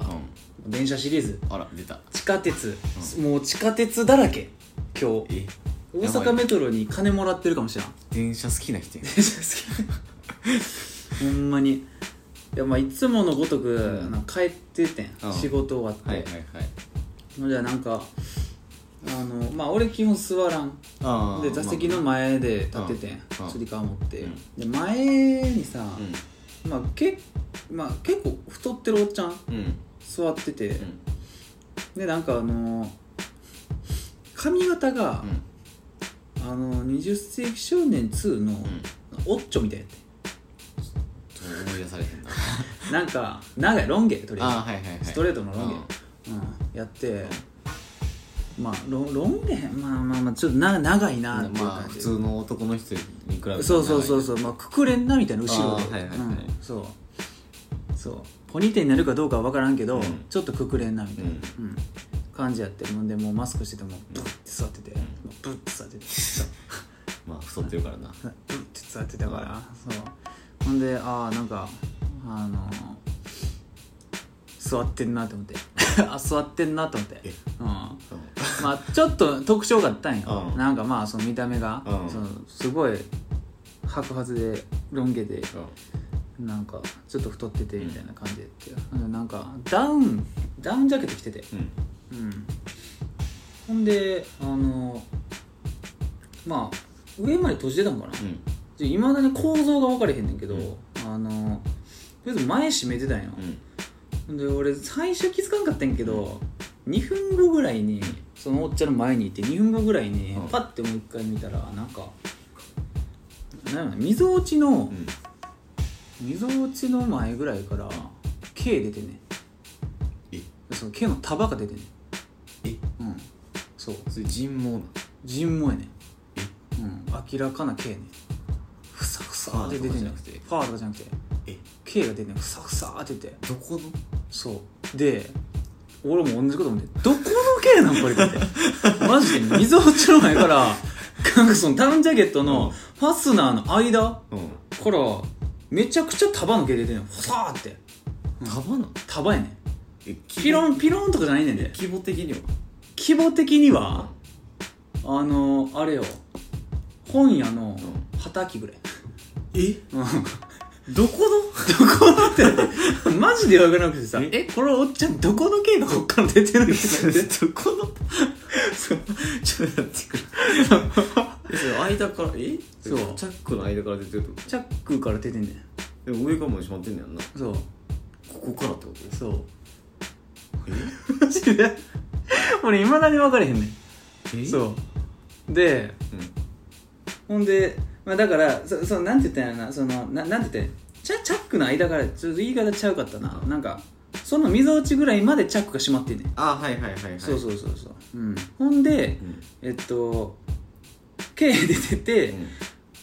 Speaker 1: 電車シリーズ
Speaker 2: あら出た
Speaker 1: 地下鉄、もう地下鉄だらけ今日
Speaker 2: え
Speaker 1: 大
Speaker 2: やばい
Speaker 1: 阪メトロに金もらってるかもしれん
Speaker 2: 電車好きな人やね
Speaker 1: 電車好き ほんまにいやまあいつものごとく、
Speaker 2: うん
Speaker 1: なんか帰っててん、
Speaker 2: うん
Speaker 1: 仕事終わって、
Speaker 2: はいはいはい
Speaker 1: ほんじゃなんかあのまあ俺基本座らん
Speaker 2: あ
Speaker 1: で座席の前で立っててん、
Speaker 2: うん
Speaker 1: つり革持って、
Speaker 2: うん
Speaker 1: で前にさ、
Speaker 2: うん
Speaker 1: まあけまあ、結構太ってるおっちゃん
Speaker 2: うん
Speaker 1: 座ってて、
Speaker 2: うん
Speaker 1: でなんかあのー髪型が、あのー20世紀少年2の
Speaker 2: うん
Speaker 1: オッチョみたいやっ
Speaker 2: ちょっと思い出されへんな
Speaker 1: てなんか長いロン毛とり
Speaker 2: あ
Speaker 1: あ
Speaker 2: はいはいは
Speaker 1: え
Speaker 2: い
Speaker 1: ずストレートのロン毛、うんやって、まあロロン毛まあまあまあちょっとな長いな
Speaker 2: う
Speaker 1: っ
Speaker 2: ん
Speaker 1: ていう
Speaker 2: まあ
Speaker 1: 感
Speaker 2: 普
Speaker 1: じ、
Speaker 2: 通の男の人に比べたら
Speaker 1: そうそうそうそう、まあ、くくれんなみたいな後ろで、
Speaker 2: あーはいはいはい
Speaker 1: うんそうそうポニーテーになるかどうかは分からんけど、
Speaker 2: うん
Speaker 1: ちょっとくくれんなみたいな、
Speaker 2: うん
Speaker 1: うん感じやってもんでもうマスクしててもブッて座ってて、もうブッて座 ってて
Speaker 2: まあ太ってるからな
Speaker 1: ブッて座ってたから、そうほんでああなんかあのー座ってんなと思って あ座ってんなと思って
Speaker 2: え
Speaker 1: うん
Speaker 2: うん
Speaker 1: まあちょっと特徴があったんよ、
Speaker 2: うん
Speaker 1: なんかまあその見た目が、
Speaker 2: うん
Speaker 1: そのすごい白髪でロン毛で
Speaker 2: うん
Speaker 1: なんかちょっと太っててみたいな感じでって、ほんでなんかダウンダウンジャケット着てて
Speaker 2: うん
Speaker 1: うんほんであのまあ上まで閉じてたんかな
Speaker 2: うん
Speaker 1: いま、未だに構造が分かれへんねんけど、
Speaker 2: うん
Speaker 1: あのとりあえず前閉めてたんよ、
Speaker 2: うん
Speaker 1: で俺最初気づかんかったんやけど2分後ぐらいにそのおっちゃんの前にいて2分後ぐらいに
Speaker 2: うん
Speaker 1: パッてもう一回見たらなんかなんやろ溝落ちの
Speaker 2: うん
Speaker 1: 溝落ちの前ぐらいから K 出てんね
Speaker 2: え
Speaker 1: その K の束が出てんね
Speaker 2: え
Speaker 1: うんそう
Speaker 2: それ人毛なの
Speaker 1: 人毛やねうん明らかな K ねふさふさって出てんね
Speaker 2: ファーとかじゃなくて
Speaker 1: ファーとかじゃなくて
Speaker 2: え
Speaker 1: K が出てんねふさふさって出て
Speaker 2: どこの
Speaker 1: そうで俺も同じこと思ってどこの系なんこれって マジで溝落ちの前からなんかそのダウンジャケット
Speaker 2: うん
Speaker 1: のファスナーの間か
Speaker 2: うん
Speaker 1: らめちゃくちゃ束の毛出てんのファーって
Speaker 2: 束なの
Speaker 1: 束やねん
Speaker 2: え
Speaker 1: ピロンピロンとかじゃないねんで
Speaker 2: 規模的には
Speaker 1: 規模的にはあのあれよ本屋の畑ぐらい
Speaker 2: え
Speaker 1: うん
Speaker 2: どこ
Speaker 1: どこのってマジで分からなくてさ「えこのおっちゃんどこの系がこっ から出てるんですか?」って
Speaker 2: のどこの
Speaker 1: そう
Speaker 2: ちょっと待ってくれそれ間からえ
Speaker 1: そう
Speaker 2: チャックの間から出てるってこ
Speaker 1: チャックから出てんねん
Speaker 2: とでも上からも閉まってんねやんな
Speaker 1: そう
Speaker 2: ここからってこと
Speaker 1: そう
Speaker 2: え
Speaker 1: マジで俺いまだに分かれへんねん
Speaker 2: う
Speaker 1: そうでほんで、まあ、だからそそのなんて言ったんやろなそのななんて言ったんやチャチャックの間からちょっと言い方ちゃうかったななんかその溝落ちぐらいまでチャックが閉まってんねん、
Speaker 2: あはいはいはいはい
Speaker 1: そうそうそうそう、うん、ほんで
Speaker 2: うん
Speaker 1: えっと K 出てて、
Speaker 2: うん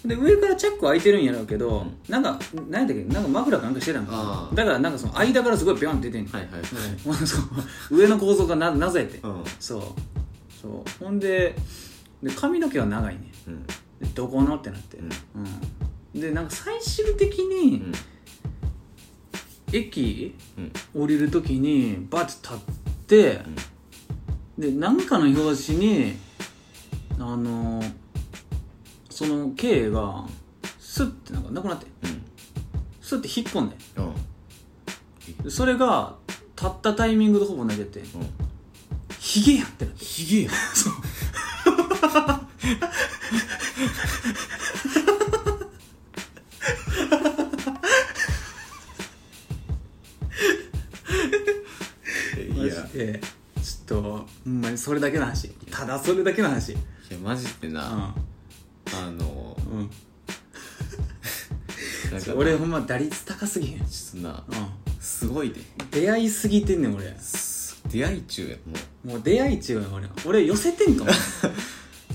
Speaker 1: で上からチャックは開いてるんやろうけど、
Speaker 2: うん
Speaker 1: なんか何やったっけなんか枕かなんかしてたん
Speaker 2: あ
Speaker 1: か
Speaker 2: ー
Speaker 1: だからなんかその間からすごいビョンって出てんの、
Speaker 2: はいはいは
Speaker 1: もうそう 上の構造がななぜって、
Speaker 2: い
Speaker 1: そうそうほんでで髪の毛は長いね
Speaker 2: うんうん
Speaker 1: でどこのってなって、
Speaker 2: うん
Speaker 1: うんでなんか最終的に、
Speaker 2: うん
Speaker 1: 駅
Speaker 2: うん
Speaker 1: 降りる時にバッて立って、で何かの表紙にあのーその K がスッてなんかなくなってスッて引っ込んで
Speaker 2: うんうん
Speaker 1: でそれが立ったタイミングとほぼ同じやって
Speaker 2: うん
Speaker 1: ヒゲやってなって
Speaker 2: ひげ やんい
Speaker 1: マ
Speaker 2: や
Speaker 1: ジでちょっとほんまにそれだけの話ただそれだけの話うん
Speaker 2: いやマジでな、あの
Speaker 1: うん
Speaker 2: なんか
Speaker 1: 俺ほんま打率高すぎへん、うん、
Speaker 2: ちょっとなすごいで
Speaker 1: 出会いすぎてんねん俺
Speaker 2: す出会い中やもう
Speaker 1: もう出会い違うよ俺俺寄せてんか も
Speaker 2: 寄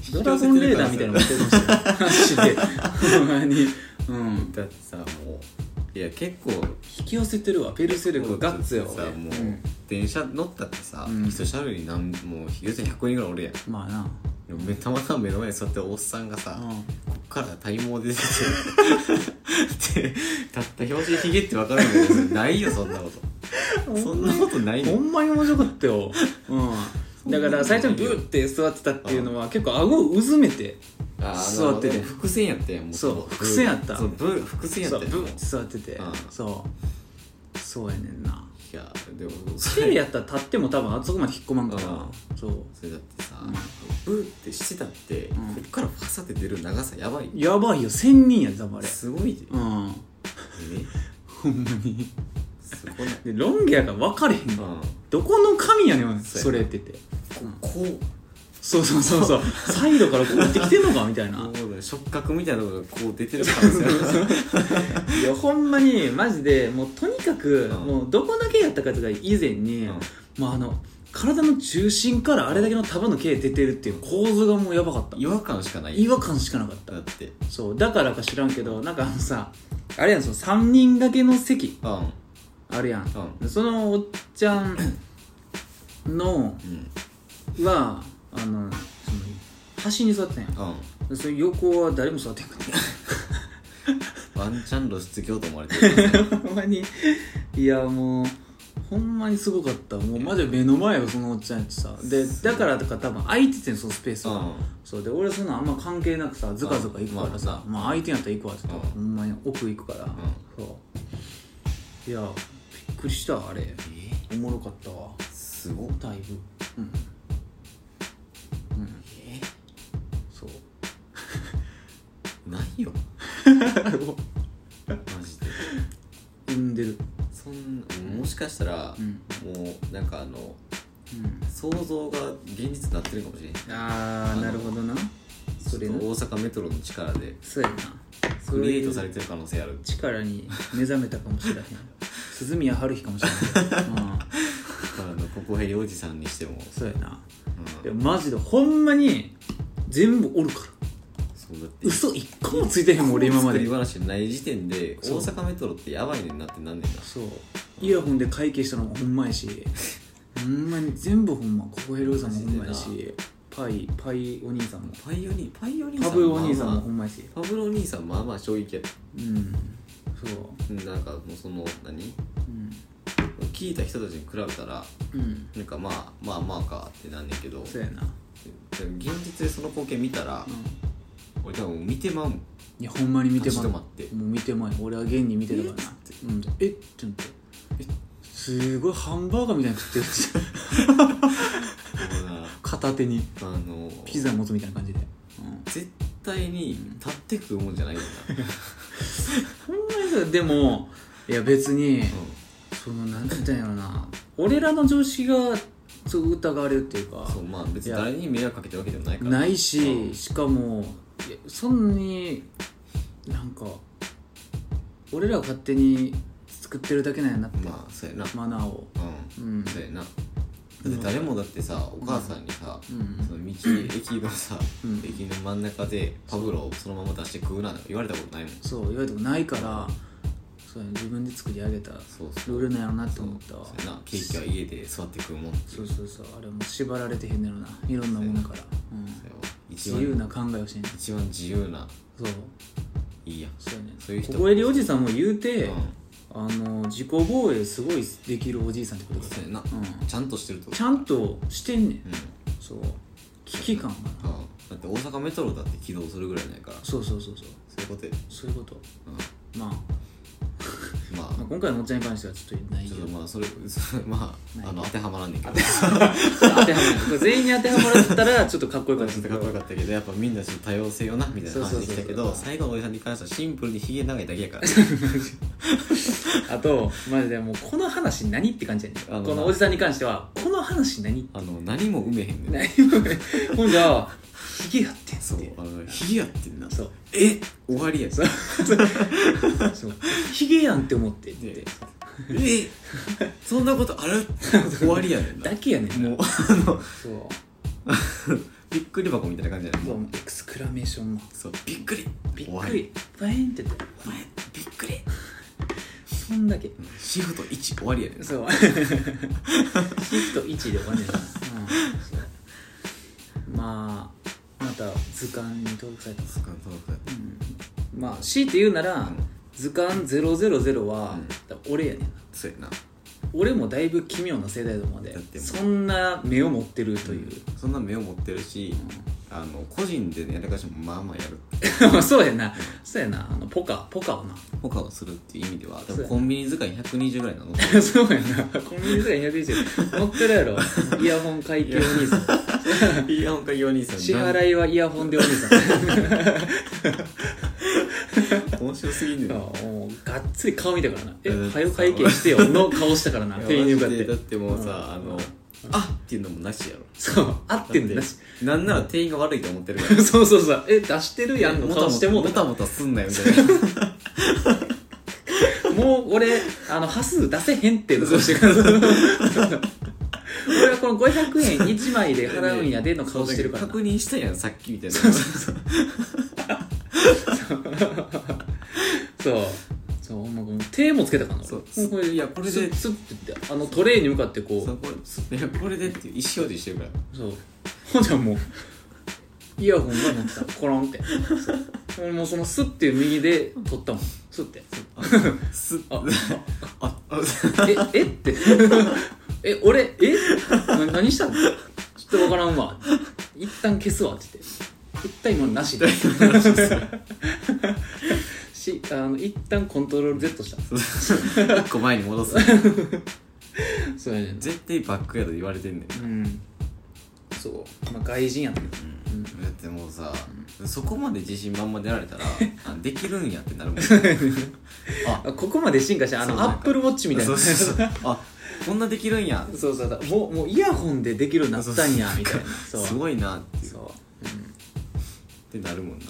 Speaker 2: せてる
Speaker 1: ドラゴンレーダーみたいなの持ってるかもしれないマジでほんまにうん
Speaker 2: だってさもういや結構
Speaker 1: 引き寄せてるわペルセルクガッツやわ
Speaker 2: さ
Speaker 1: 俺
Speaker 2: もう、
Speaker 1: うん
Speaker 2: 電車乗ったってさ、
Speaker 1: うん
Speaker 2: 一車両になんもうひげ100人ぐらいおるやん
Speaker 1: まあな
Speaker 2: でもめたまたま目の前に座ってるおっさんがさ、
Speaker 1: うん
Speaker 2: こっから体毛出ててでたった表紙にひげって分かるんだけどないよそんなことそんなことない
Speaker 1: ほ
Speaker 2: の
Speaker 1: んまに面白かったよ、うん、だから最初にブーって座ってたっていうのは結構顎をうずめて
Speaker 2: ああ
Speaker 1: 座ってて
Speaker 2: でも伏線やったやんもともと
Speaker 1: そう伏線やった
Speaker 2: そうブ伏線やった
Speaker 1: そう
Speaker 2: やん
Speaker 1: ブ
Speaker 2: も
Speaker 1: ー
Speaker 2: う
Speaker 1: って座ってて
Speaker 2: うん
Speaker 1: そうそうやねんない
Speaker 2: やでも
Speaker 1: ステルやったら立っても多分あそこまで引っ込まんからそう
Speaker 2: それだってさ、
Speaker 1: うん
Speaker 2: ブーってしてたって、
Speaker 1: ん
Speaker 2: こっからファサって出る長さやばいよ
Speaker 1: やばいよ1000人やで多分あれ
Speaker 2: すごいで、
Speaker 1: うんほ
Speaker 2: ね
Speaker 1: んまに
Speaker 2: すごい
Speaker 1: でロン毛やから分かれへん
Speaker 2: う
Speaker 1: わ
Speaker 2: ん
Speaker 1: どこの神やねん
Speaker 2: そうや
Speaker 1: それってて
Speaker 2: ここう
Speaker 1: そうそうそうそうサイドからこうやってきてんのかみたいな
Speaker 2: こうだよ触覚みたいなのがこう出てる可能性ある
Speaker 1: いやほんまにマジでもうとにかく、
Speaker 2: ん
Speaker 1: もうどこだけやったかとか以前に、
Speaker 2: うん
Speaker 1: もうあの体の中心からあれだけの束の毛出てるっていう構図がもうやばかった
Speaker 2: 違和感しかない
Speaker 1: 違和感しかなかった
Speaker 2: だって
Speaker 1: そうだからか知らんけどなんかあのさあれやんその3人掛けの席
Speaker 2: うんうん
Speaker 1: あるやん、そのおっちゃんの
Speaker 2: うん
Speaker 1: はあのその端に座ってたんや
Speaker 2: うん
Speaker 1: それ横は誰も座ってんかった
Speaker 2: ワンチャン露出鏡と思われてる
Speaker 1: ほんまにいやもうほんまにすごかったもうマジで目の前よそのおっちゃんやってさでだからとか多分空いててんそのスペース
Speaker 2: う
Speaker 1: が、
Speaker 2: ん
Speaker 1: そうで俺そんなんあんま関係なくさずかずか行くからさ、
Speaker 2: う
Speaker 1: まあ空いてんやったら行くわって言ったら、
Speaker 2: う
Speaker 1: ほんまに奥行くから、そういやびっくりしたわあれ
Speaker 2: え
Speaker 1: おもろかったわ
Speaker 2: すごっ
Speaker 1: だいぶうん
Speaker 2: え
Speaker 1: そう
Speaker 2: ないよマジで
Speaker 1: 産んでる
Speaker 2: そんもしかしたら、
Speaker 1: うん
Speaker 2: もうなんかあの
Speaker 1: うん
Speaker 2: 想像が現実になってるかもしれない
Speaker 1: ああなるほどなそれ
Speaker 2: ちょ
Speaker 1: な
Speaker 2: っと大阪メトロの力で
Speaker 1: そうやな
Speaker 2: クリエイト
Speaker 1: そう
Speaker 2: さ
Speaker 1: いう
Speaker 2: れてる可能性ある
Speaker 1: 力に目覚めたかも しれへん鈴宮春日かもしれへん、うん、
Speaker 2: あのここへ洋二さんにしても、
Speaker 1: そうやな
Speaker 2: う
Speaker 1: い
Speaker 2: ん
Speaker 1: やマジでほんまに全部おるから
Speaker 2: そうだって
Speaker 1: 嘘一個もついてへんもん俺今まで
Speaker 2: 作り話ない時点で大
Speaker 1: そう
Speaker 2: 阪メトロってやばいねんなってなんねんな
Speaker 1: そうイヤホンで会計したのもほんまやしほんまに全部ほんまココヘルさんもほんまや
Speaker 2: マ
Speaker 1: しパイパイお兄さんも
Speaker 2: パイオニパイオニ
Speaker 1: パブお兄さん
Speaker 2: ま
Speaker 1: も
Speaker 2: あ
Speaker 1: ほんまやし
Speaker 2: まあパブロお兄さんまあまあ衝撃やった
Speaker 1: うんそう
Speaker 2: うんなんかもうその何
Speaker 1: うん
Speaker 2: 聞いた人たちに比べたら
Speaker 1: うん
Speaker 2: なんかまあまあまあかってなんねんけど
Speaker 1: そうやな
Speaker 2: でも現実でその光景見たら
Speaker 1: う、ん
Speaker 2: 俺多分見てまうもん
Speaker 1: いやほんまに見てま
Speaker 2: 立ち
Speaker 1: う
Speaker 2: 止
Speaker 1: も
Speaker 2: まって
Speaker 1: う見てまうよ俺は現に見てたからなうんえっってなってえすごいハンバーガーみたいに食ってる
Speaker 2: もうな
Speaker 1: 片手に
Speaker 2: あの
Speaker 1: ピザ持つみたいな感じで、
Speaker 2: 絶対に立ってくるもんじゃないよ な、
Speaker 1: うん、ほんまにさでもいや別に、そのなんて言ったんやろな俺らの常識がそう疑われるっていうか
Speaker 2: そうまあ別に誰に迷惑かけてるわけでもないから
Speaker 1: ないし、
Speaker 2: うん
Speaker 1: しかもいやそんなになんか俺らが勝手に作ってるだけなんやなって、
Speaker 2: まあそうやな
Speaker 1: マナーを
Speaker 2: う
Speaker 1: うん
Speaker 2: んそうやなだって誰もだってさお母さんにさ、
Speaker 1: うん
Speaker 2: その道駅のさ、
Speaker 1: うん
Speaker 2: 駅の真ん中でパブロをそのまま出して食うなとか言われたことないもん
Speaker 1: そう言われたことないからそうやね自分で作り上げた
Speaker 2: そうそう
Speaker 1: ルールなんやろなって思ったわ
Speaker 2: そうやなケーキは家で座って食うもんっていう
Speaker 1: そうそうそうあれもう縛られてへんねやろないろんなものから、うん、
Speaker 2: そうやわ一
Speaker 1: 自由
Speaker 2: 番
Speaker 1: な考えをしてんね
Speaker 2: 一番自由な
Speaker 1: そう
Speaker 2: いいやん
Speaker 1: そうやね
Speaker 2: そういう人
Speaker 1: ここえりおじさんも言うて、
Speaker 2: うん
Speaker 1: あの自己防衛すごいできるおじいさんってことだ
Speaker 2: そうやな、
Speaker 1: うん
Speaker 2: ちゃんとしてるってこと
Speaker 1: ちゃんとしてんねん
Speaker 2: うん、
Speaker 1: そう危機感が
Speaker 2: うんだって大阪メトロだって起動するぐらいないから
Speaker 1: そうそうそうそう
Speaker 2: そういうことや
Speaker 1: そういうこと
Speaker 2: う
Speaker 1: まあ、
Speaker 2: ん
Speaker 1: ま
Speaker 2: ま
Speaker 1: あ
Speaker 2: あ
Speaker 1: 今回のおっちゃんに関してはちょっとない
Speaker 2: ち
Speaker 1: よ
Speaker 2: ょっとまあそれ まああの当てはまらんねんけど
Speaker 1: 当てはまらないこれ全員に当てはまらったらちょっとかっこよかった
Speaker 2: ちょっ
Speaker 1: け
Speaker 2: と
Speaker 1: ど
Speaker 2: かっこよかったけどやっぱみんなちょっと多様性よなみたいな話でした
Speaker 1: そう
Speaker 2: け
Speaker 1: そうそうそ
Speaker 2: ど
Speaker 1: う
Speaker 2: 最後のおじさんに関してはシンプルにひげ長いだけ やから
Speaker 1: あとマジでもうこの話何って感じやね
Speaker 2: あの
Speaker 1: んこのおじさんに関してはこの話 何
Speaker 2: あの何も埋めへんねん
Speaker 1: 何もねほんじゃヒゲやってん
Speaker 2: そう
Speaker 1: って
Speaker 2: あのヒゲやってんな
Speaker 1: そう
Speaker 2: え終わりやし
Speaker 1: そうそうヒゲやんって思ってっ
Speaker 2: で
Speaker 1: て
Speaker 2: えそんなことある 終わりやねんな
Speaker 1: だけやねんな
Speaker 2: もうあの
Speaker 1: そう
Speaker 2: びっくり箱みたいな感じやねん
Speaker 1: そう
Speaker 2: もう
Speaker 1: エクスクラメーションも
Speaker 2: そうびっくり
Speaker 1: びっ
Speaker 2: 終わ
Speaker 1: くりバエンって
Speaker 2: お前びっくり
Speaker 1: そんだけ
Speaker 2: シフト1終わりやねん
Speaker 1: そうシフト1で終わんねんな、うんそう、まあまた図鑑に登録された
Speaker 2: そうかそうか
Speaker 1: うんまあ強いて言うなら、
Speaker 2: ん
Speaker 1: 図鑑000は、俺やねんな
Speaker 2: そうやな
Speaker 1: 俺もだいぶ奇妙な世代だもんで
Speaker 2: だってもう
Speaker 1: そんな目を持ってるという、
Speaker 2: そんな目を持ってるし、あの個人でねやらかしもまあまあやる
Speaker 1: そうやなそうやなあのポカポカをな
Speaker 2: ポカをするっていう意味では
Speaker 1: そ
Speaker 2: 多
Speaker 1: う
Speaker 2: 分
Speaker 1: や
Speaker 2: コンビニ使い120ぐらいなの
Speaker 1: そうやなコンビニとか220乗ってるや ろイヤホン会計お兄さん
Speaker 2: いやほんか4人さん
Speaker 1: 支払いはイヤホンでお兄さん
Speaker 2: 面白すぎんね ん
Speaker 1: あもうがっつり顔見たからな「え
Speaker 2: うん
Speaker 1: はよ会計してよ」の顔したからな店員に向かっ
Speaker 2: いやマジでだっててもうさ、あ
Speaker 1: う
Speaker 2: の
Speaker 1: ん
Speaker 2: あっていうのもなしやろ
Speaker 1: そう合ってんだよ
Speaker 2: だってなんなら店員が悪いと思ってるから
Speaker 1: そうそうそうえ出してるやんの
Speaker 2: もた
Speaker 1: 顔してもう
Speaker 2: もた
Speaker 1: た
Speaker 2: もたすんなよみたいな
Speaker 1: もう俺あの端数出せへんっての顔してから俺はこの500円1枚で払うんやでの顔してるからな
Speaker 2: 確認したやんさっきみたいな
Speaker 1: そうそうほんまもう手もつけたからな
Speaker 2: そう
Speaker 1: もうこれ
Speaker 2: いやこれで
Speaker 1: スッスッって言ってあのトレーに向かってこう
Speaker 2: そうこれいやこれでっていう意思表示してるから
Speaker 1: そうほんじゃもうイヤホンが鳴ってたコロンってそうもうそのスッていう右で取ったもんスッて
Speaker 2: す
Speaker 1: あ
Speaker 2: ああ
Speaker 1: ええってえ俺えな何したのちょっとわからんわ一旦消すわって言って一旦今のなしでしあの一旦コントロール Z した
Speaker 2: 一個前に戻す
Speaker 1: そうやねんな
Speaker 2: 絶対バックヤード言われてんねん、
Speaker 1: うんそうまあ外人やねん
Speaker 2: だってもうさ、そこまで自信満々でやられたら あできるんやってなるもんあ
Speaker 1: あここまで進化してあ
Speaker 2: そ
Speaker 1: の
Speaker 2: うなん
Speaker 1: ア
Speaker 2: か
Speaker 1: ップルウォッチみたいな
Speaker 2: そうそうそうあこんなできるんや
Speaker 1: そうそうそうもうもうイヤホンでできるようになったんやみたいなそう
Speaker 2: すごいなっていうっ
Speaker 1: そう、
Speaker 2: てなるもんな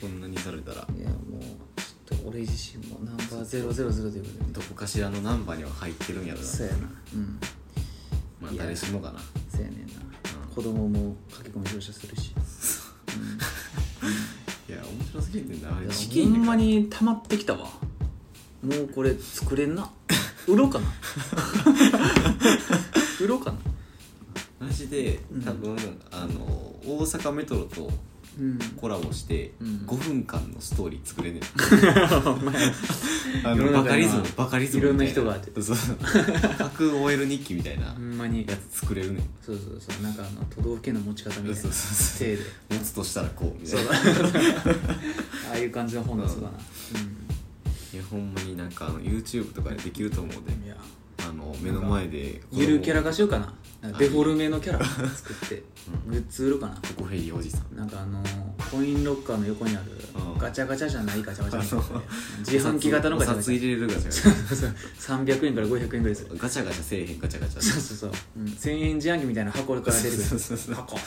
Speaker 2: そんなにされたら
Speaker 1: うん、いやもうちょっと俺自身もナンバー000ということで
Speaker 2: どこかしらのナンバーには入ってるんやろな
Speaker 1: そうやなうん
Speaker 2: まあ
Speaker 1: いや
Speaker 2: 誰しもかな
Speaker 1: そうやねんな、
Speaker 2: うん
Speaker 1: 子供も駆け込み乗車するし、
Speaker 2: いや面白すぎてんなあれ
Speaker 1: い
Speaker 2: チ
Speaker 1: や
Speaker 2: キ
Speaker 1: ほ
Speaker 2: ン
Speaker 1: んまに溜まってきたわもうこれ作れん な売ろうかな売ろうかな
Speaker 2: マジで
Speaker 1: うん
Speaker 2: 多分、あの大阪メトロと
Speaker 1: うん
Speaker 2: コラボして
Speaker 1: うん
Speaker 2: 5分間のストーリー作れね
Speaker 1: お前
Speaker 2: え、あ
Speaker 1: 世
Speaker 2: の
Speaker 1: の中
Speaker 2: バカリズム
Speaker 1: には
Speaker 2: バカリズムみた
Speaker 1: いろんな人
Speaker 2: そう各 OL 日記みたいな
Speaker 1: ほんまに
Speaker 2: やつ作れるね
Speaker 1: そうそうそうなんかあの都道府県の持ち方みたいな
Speaker 2: そうそうそう
Speaker 1: 手で
Speaker 2: 持つとしたらこうみた
Speaker 1: そう
Speaker 2: い
Speaker 1: だ
Speaker 2: な
Speaker 1: ああいう感じの本のそうだな、
Speaker 2: いやほんまになんかあの YouTube とかでできると思うで
Speaker 1: うん、いや
Speaker 2: あの目の前で
Speaker 1: ゆるキャラ
Speaker 2: が
Speaker 1: 化しようかななんかデフォルメのキャラ作ってグッズ売るかな
Speaker 2: ココヘイおじさん
Speaker 1: なんかあのーコインロッカーの横にある
Speaker 2: うん
Speaker 1: ガチャガチャじゃないガチャガチャみたいな
Speaker 2: あ
Speaker 1: 自販機型のガチャ
Speaker 2: お
Speaker 1: ガ
Speaker 2: 札
Speaker 1: チャ
Speaker 2: 入れるガチャガチ
Speaker 1: そうそう300円から500円ぐらいする
Speaker 2: ャガチャガチャせえへんガチャガチャ
Speaker 1: そうそうそう、うん、1000円自販機みたいな箱から出てく
Speaker 2: そうそうそう
Speaker 1: る箱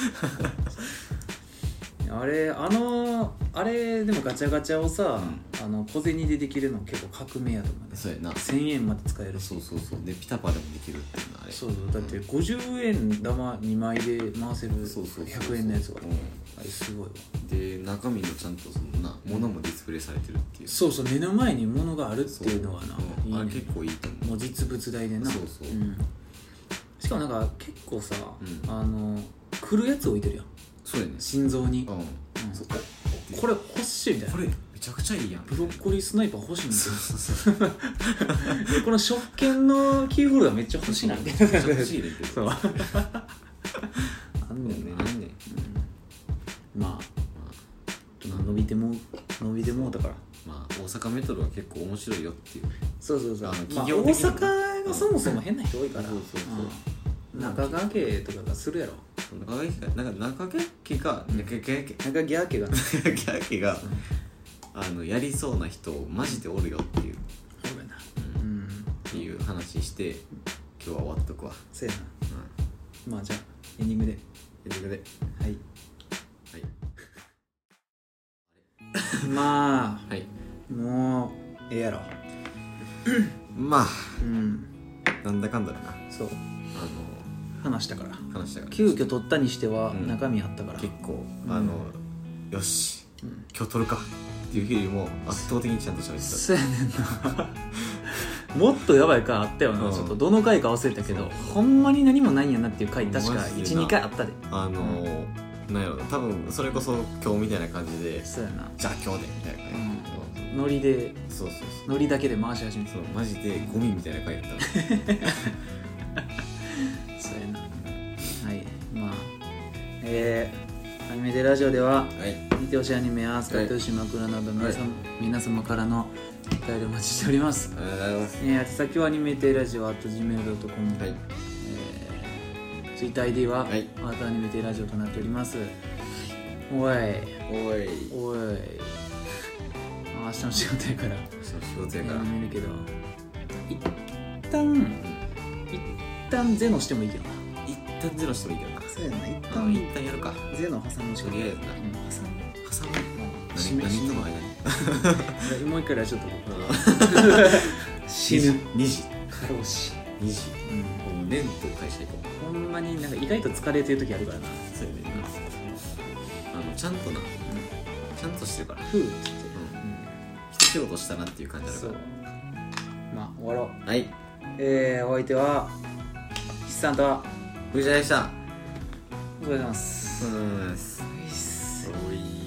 Speaker 1: あれあのーあれでもガチャガチャをさ、あの小銭でできるの結構革命やと思うね
Speaker 2: そうやな
Speaker 1: 1000円まで使えるし
Speaker 2: そうそうそうでピタパでもできるっていうのあれ
Speaker 1: そうそうだって50円玉2枚で回せる
Speaker 2: そうそうそう
Speaker 1: 100円のやつが
Speaker 2: う
Speaker 1: あれすごいわ
Speaker 2: んで中身のちゃんとそのな物もディスプレイされてるっていう
Speaker 1: そうそう目の前に物があるっていうのはな
Speaker 2: うんあ
Speaker 1: いい
Speaker 2: れ
Speaker 1: ね
Speaker 2: 結構いいと思う
Speaker 1: もう実物大でな
Speaker 2: そうそうん
Speaker 1: しかもなんか結構さ、
Speaker 2: うん
Speaker 1: あの来るやつ置いてるやん
Speaker 2: そうやね
Speaker 1: 心臓に、
Speaker 2: うんそうお
Speaker 1: これ欲しいみたい
Speaker 2: こ
Speaker 1: な
Speaker 2: れめちゃくちゃいいやん
Speaker 1: ブロッコリースナイパー欲しいみ
Speaker 2: そう
Speaker 1: た
Speaker 2: そうそう
Speaker 1: いなこの食券のキーホルダーめっちゃ欲しいなみたいな
Speaker 2: めちゃくちゃいいねんけど
Speaker 1: そう あんねんね、
Speaker 2: なんね
Speaker 1: うん、まあ伸びてもう伸びてもうだから
Speaker 2: まあ大阪メトロは結構面白いよっていう
Speaker 1: そうそうそう
Speaker 2: あの
Speaker 1: まあ、
Speaker 2: 企
Speaker 1: 大
Speaker 2: 業的な
Speaker 1: 阪がそもそも変な人多いから
Speaker 2: そうそうそうん
Speaker 1: 中川家とかがするやろ
Speaker 2: 中垣家なんか中垣家か中垣家
Speaker 1: 中川家が
Speaker 2: 中垣家があのやりそうな人マジでおるよっていう
Speaker 1: そうやなうん
Speaker 2: っていう話して今日は終わっとくわ、
Speaker 1: そうやな
Speaker 2: うん
Speaker 1: まあじゃあエンディングで
Speaker 2: エンディングで
Speaker 1: はい
Speaker 2: は い
Speaker 1: ま
Speaker 2: はい
Speaker 1: あもうええやろ
Speaker 2: まあ
Speaker 1: うん
Speaker 2: なんだかんだだなあ
Speaker 1: そう
Speaker 2: の
Speaker 1: 話したから
Speaker 2: 話したから
Speaker 1: 急遽取ったにしては
Speaker 2: うん
Speaker 1: 中身あったから、
Speaker 2: 結構あの、よし
Speaker 1: うん
Speaker 2: 今日撮るかっていうよりも圧倒的にちゃんと喋って
Speaker 1: そうやねんな もっとやばい回あったよな、
Speaker 2: うん
Speaker 1: ちょっとどの回か忘れたけど
Speaker 2: そう
Speaker 1: ほんまに何もないんやなっていう回確か
Speaker 2: マジでな
Speaker 1: 12回あったで
Speaker 2: たあのなんやろ多分それこそ今日みたいな感じで
Speaker 1: そうやな
Speaker 2: じゃあ今日でみたいな感じ、
Speaker 1: ノリで
Speaker 2: そうそうそう
Speaker 1: ノリだけで回し始めて
Speaker 2: そうマジでゴミみたいな回やったわ
Speaker 1: そうやなはいまあえーアニメでラジオでは
Speaker 2: はい
Speaker 1: 見てほしいアニメや使ってほしい枕など皆様,、皆様からのお便りお待ちしております、
Speaker 2: ありがとうございます
Speaker 1: えー、宛先はアニメテラジオ at gmail.com
Speaker 2: はい
Speaker 1: えー、TwitterID は、
Speaker 2: はい
Speaker 1: アートアニメテラジオとなっておりますおい
Speaker 2: おい
Speaker 1: おいあ明日の仕事やから
Speaker 2: そう仕事やから、
Speaker 1: やめるけど一旦一旦ゼノしてもいいけどな
Speaker 2: 一旦ゼロしてもいいけどな
Speaker 1: そうやな一
Speaker 2: あ一旦やるか
Speaker 1: ゼノ挟むし
Speaker 2: とりあえずな
Speaker 1: うん挟む
Speaker 2: 挟む
Speaker 1: 死
Speaker 2: 何
Speaker 1: ぬ死ぬ
Speaker 2: 何との間に
Speaker 1: もう一回ラジオとこう
Speaker 2: 死
Speaker 1: 死
Speaker 2: ぬ
Speaker 1: ぬ
Speaker 2: 2時
Speaker 1: 過労死
Speaker 2: 2時
Speaker 1: うん
Speaker 2: もう年と会社行こう
Speaker 1: ほんまになんか意外と疲れてる時あるからな
Speaker 2: そうやねんなあのちゃんとなちゃんとしてるから
Speaker 1: ふうって言って
Speaker 2: うん
Speaker 1: うん
Speaker 2: 一仕事したなっていう感じある
Speaker 1: そ
Speaker 2: か
Speaker 1: うまあ終わろう
Speaker 2: らはい
Speaker 1: えー、お相手は筆さんとは
Speaker 2: 藤田でした
Speaker 1: おはようございます
Speaker 2: うー
Speaker 1: お
Speaker 2: ん
Speaker 1: いっす
Speaker 2: おい